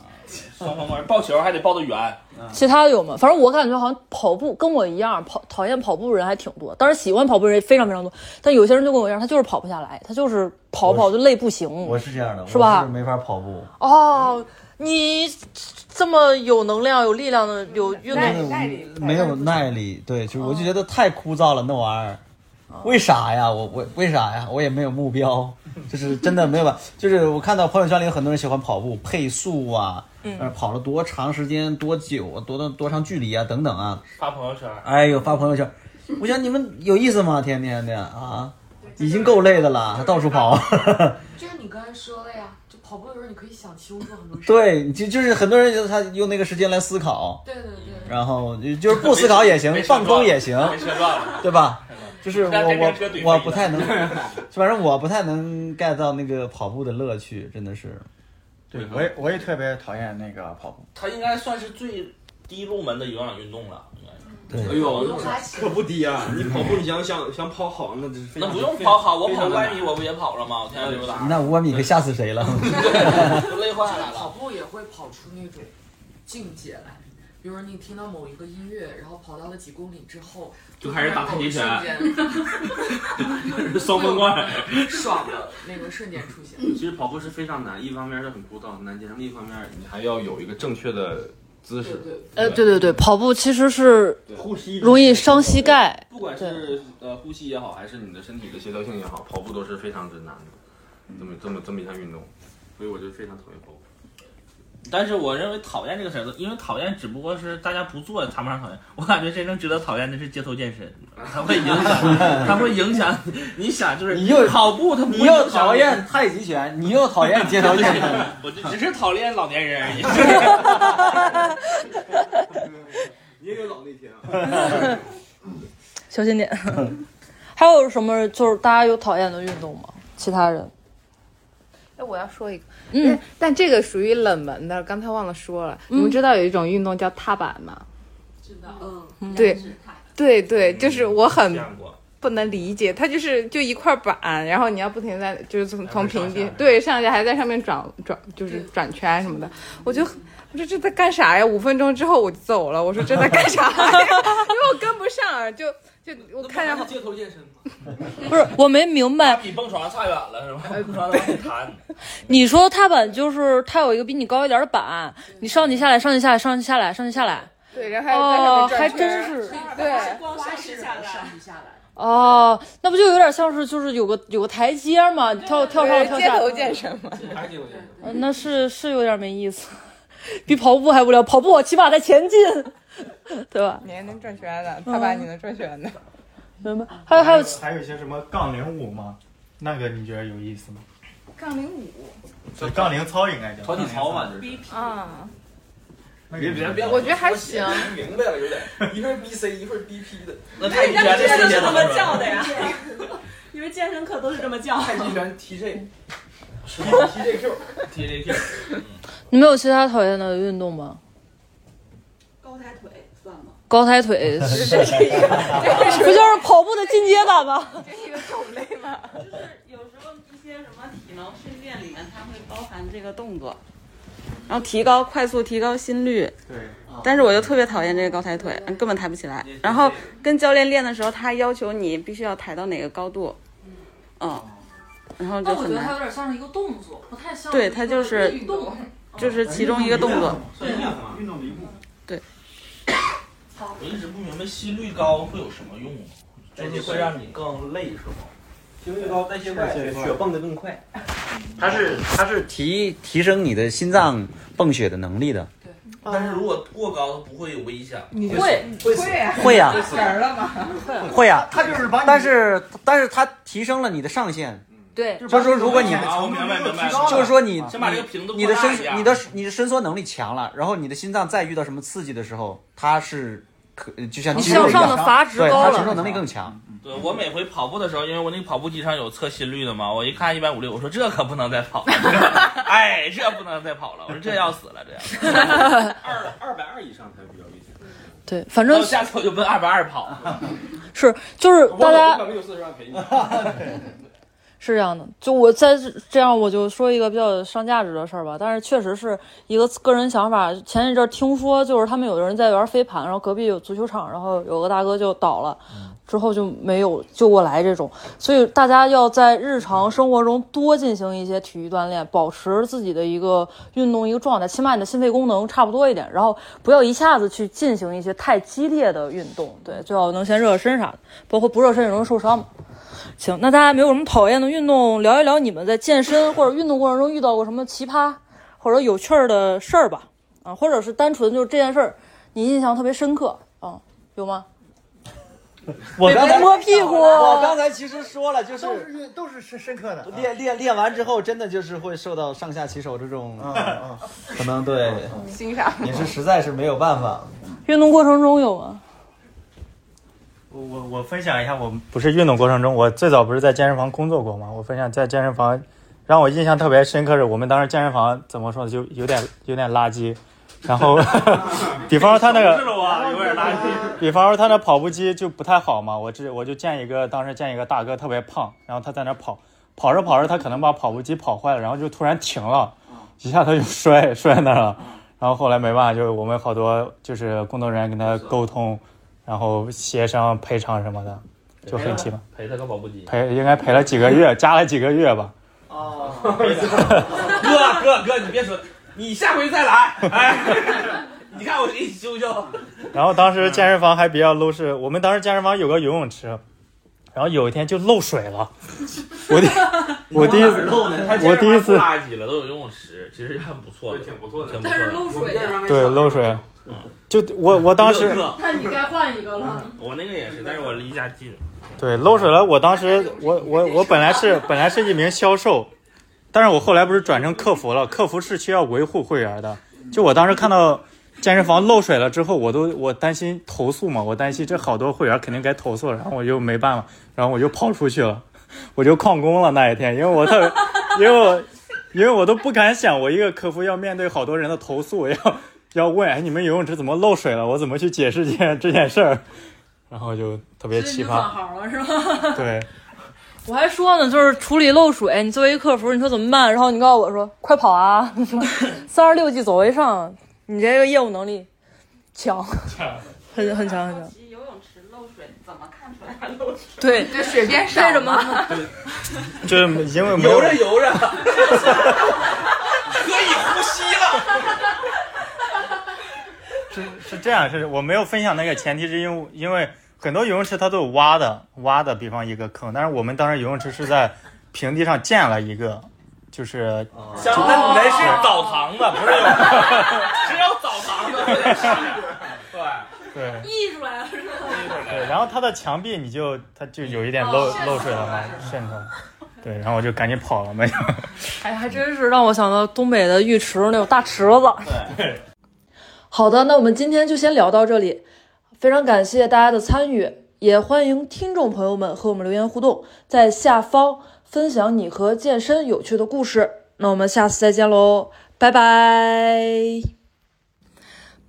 双峰贯耳，抱球还得抱得圆，其他有吗？反正我感觉好像跑步跟我一样，跑讨厌跑步的人还挺多，当然喜欢跑步的人也非常非常多。但有些人就跟我一样，他就是跑不下来，他就是跑跑就累不行。我是这样的，是吧我是没法跑步，哦，你这么有能量、有力量的、有运嗯动没有耐力，对，就是我就觉得太枯燥了，那玩意儿。为啥呀？我我为啥呀？我也没有目标，就是真的没有吧？就是我看到朋友圈里有很多人喜欢跑步，配速啊，嗯呃，跑了多长时间、多久啊、多多多长距离啊，等等啊，发朋友圈。哎呦，发朋友圈，我想你们有意思吗？天天的啊，已经够累的了，还到处跑。就是你刚才说的呀，就跑步的时候你可以想清楚很多事。对，就就是很多人觉得他用那个时间来思考，对对对，然后就就是不思考也行没，事放空也行没事撞了，对吧？就是我但这辆车我怼我飞不了 <laughs> 太能，反正我不太能 get 到那个跑步的乐趣，真的是。对，我也我也特别讨厌那个跑步。他应该算是最低入门的有氧运动了。对哎呦，可不低啊！你跑步，你想想想跑好，那就是非那常不用跑好，我非跑常五难百米我不也跑了吗？我天天溜达，那五百米可吓死 <laughs> 谁了？都累坏了。跑步也会跑出那种境界来。比如你听到某一个音乐，然后跑到了几公里之后，就开始打太极拳 <laughs> <laughs> 拳双峰贯爽的那个瞬间出现。 <laughs> 其实跑步是非常难，一方面是很枯燥、很难接受，另一方面你还要有一个正确的姿势。呃，对对对，跑步其实是呼吸容易伤膝盖。不管是呃呼吸也好，还是你的身体的协调性也好，跑步都是非常之难的，这么这么这么一项运动，所以我就非常讨厌跑步。但是我认为讨厌这个词儿，因为讨厌只不过是大家不做谈不上讨厌。我感觉真正值得讨厌的是街头健身，它会影响，它会影响。你想，就是你又跑步，它不会你又影响讨厌太极拳，你又讨厌 <laughs> 街头健身，我就只是讨厌老年人而已。 <laughs> 你也有老那天 <laughs> <laughs> 啊。 <laughs> 小心点。 <laughs> 还有什么就是大家有讨厌的运动吗？其他人 <laughs> 哎，我要说一个，哎嗯，但这个属于冷门的，刚才忘了说了。你们知道有一种运动叫踏板吗？知 <laughs> 道，嗯对，对对，就是我很嗯见过不能理解，它就是就一块板，然后你要不停地在就是从从平上地下对上下还在上面转转，就是转圈什么的，我就。我说这在干啥呀？五分钟之后我就走了。我说这在干啥呀？ <laughs> 因为我跟不上，啊就就我看着街头健身不是我没明白，比蹦床差远了是吧？蹦床往里弹，你说踏板就是它有一个比你高一点的板，你上去下来，上去下来，上去下来，上去下来。对，然后还在上面哦转还圈真是对，光上去下来，上去下来。哦，那不就有点像是就是有个有个台阶嘛，你跳跳上跳街下。头健身嘛。还是有点。呃那是是有点没意思， <laughs> 比跑步还无聊。跑步我起码在前 <laughs> 进，对吧？你还能转圈呢，踏板你能转圈呢。明白？还有还有还有一些什么杠铃舞吗？那个你觉得有意思吗？杠铃舞就杠铃操应该叫团体操嘛杠铃啊，操别别别，我觉得还行明白了，有点一会儿 B C 一会儿 B P 的。那太极拳这是都是街头这么叫的的呀。 <laughs> 呀， <laughs> 因为健身课都是这么叫。太极拳 T J。T <laughs> J Q T J Q，你们有其他讨厌的运动吗？高抬腿算吗？高抬 <laughs> 腿，不是这是一个这是就是跑步的进阶版吗？这是一个种类吧？有时候一些什么体能训练里面，它会包含这个动作，然后提高快速提高心率。对但是我就特别讨厌这个高抬腿，根本抬不起来。然后跟教练练的时候，他要求你必须要抬到哪个高度，嗯，然后但就我觉很得它有难。点像是一个动作，不太像。对它就是运动，就是其中一个动作，对，运动的一部分。对。我一直不明白心率高会有什么用啊，就是会让你更累是吗？心率高，代谢快，血血蹦得更快。它是它是提提升你的心脏泵血的能力的，但是如果过高不会有危险吗，你会啊会呀死人了吗？会啊呀、它就是把但是但是它提升了你的上限，对，就是说如果你啊，我明白明白，就是说你先把这个瓶子你的扩大一下伸你的你的伸缩能力强了，然后你的心脏再遇到什么刺激的时候，它是可就像肌向肉一上样的阀值对高它了承受能力更强。对我每回跑步的时候，因为我那个跑步机上有测心率的嘛，我一看一百五六，我说这可不能再 <laughs> 跑了，哎，这不能再跑了，我说这要死了，这 <laughs> 要。二二百二以上才比较危险。对，反正然后下次我就奔二百二跑。 <laughs> 是就是大家我有四十万赔你。是这样的，就我在这样，我就说一个比较上价值的事儿吧。但是确实是一个个人想法。前一阵儿听说，就是他们有的人在玩飞盘，然后隔壁有足球场，然后有个大哥就倒了，之后就没有救过来这种。所以大家要在日常生活中多进行一些体育锻炼，保持自己的一个运动一个状态，起码你的心肺功能差不多一点，然后不要一下子去进行一些太激烈的运动。对，最好能先热热身啥的，包括不热身也容易受伤嘛。行，那大家没有什么讨厌的运动，聊一聊你们在健身或者运动过程中遇到过什么奇葩或者有趣儿的事儿吧？啊，或者是单纯就是这件事儿你印象特别深刻啊，有吗？我刚才别摸屁股啊我刚才其实说了，就是都是都是深深刻的。练练练完之后，真的就是会受到上下其手这种，嗯 <laughs> 可能对，欣赏也是实在是没有办法。运动过程中有吗？我我我分享一下，我不是运动过程中，我最早不是在健身房工作过吗？我分享在健身房，让我印象特别深刻是，我们当时健身房怎么说呢，就有点有点垃圾。然后， <laughs> 比方说他那 <laughs> 个，是了我啊有点垃圾。比方说他那跑步机就不太好嘛，我这我就见一个当时见一个大哥特别胖，然后他在那跑，跑着跑着他可能把跑步机跑坏了，然后就突然停了，一下他就摔摔那儿了，然后后来没办法，就是我们好多就是工作人员跟他沟通，然后协商赔偿什么的，就很奇葩，赔他个跑步 <laughs> 机。赔应该赔了几个月，加了几个月吧。哥哥哥，你别说，你下回再来。哎，你看我给你修修。然后当时健身房还比较 low，是我们当时健身房有个游泳池，然后有一天就漏水了，我第我第一次我第一次垃圾了，都有游泳池，其实还不错的，挺不错的，挺不错的。对漏水，就我我当时那你该换一个了。我那个也是，但是我离家 <laughs> 近。对漏水了，我当时我我我本来是本来是一名销售，但是我后来不是转成客服了，客服是需要维护会员的，就我当时看到。健身房漏水了之后，我都我担心投诉嘛，我担心这好多会员肯定该投诉了，然后我就没办法，然后我就跑出去了，我就旷工了那一天，因为我特别，因为我因为我都不敢想，我一个客服要面对好多人的投诉，要要问哎你们游泳池怎么漏水了，我怎么去解释这件这件事儿，然后就特别奇葩，行了是 <laughs> 吧？对。 <laughs> 我还说呢，就是处理漏水，你作为客服，你说怎么办？然后你告诉我说快跑啊， <laughs> 三十六计走为上，你这个业务能力强， <laughs> 很很强很强。游泳池漏水怎么看出来它漏水？对这水变少为什么？嗯就是因为没游有着 <laughs> 游着，可以呼吸了。是是这样，是我没有分享那个前提是因为因为很多游泳池它都有挖的挖的，比方一个坑，但是我们当时游泳池是在平地上建了一个，就是像哦那你那是澡堂子，不是有？ <laughs> 只有 <laughs> 澡堂子 <laughs> 有点像。对溢出来了是吧？对，然后它的墙壁你就它就有一点漏哦漏水了嘛，渗透。对，然后我就赶紧跑了，没有。哎呀，还真是让我想到东北的浴池那种大池子。对，好的，那我们今天就先聊到这里，非常感谢大家的参与，也欢迎听众朋友们和我们留言互动，在下方分享你和健身有趣的故事。那我们下次再见喽，拜拜。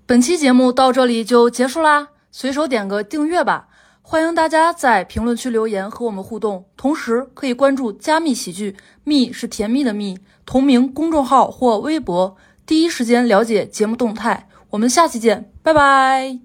本期节目到这里就结束啦，随手点个订阅吧。欢迎大家在评论区留言和我们互动，同时可以关注“加密喜剧”，蜜是甜蜜的蜜，同名公众号或微博，第一时间了解节目动态。我们下期见，拜拜。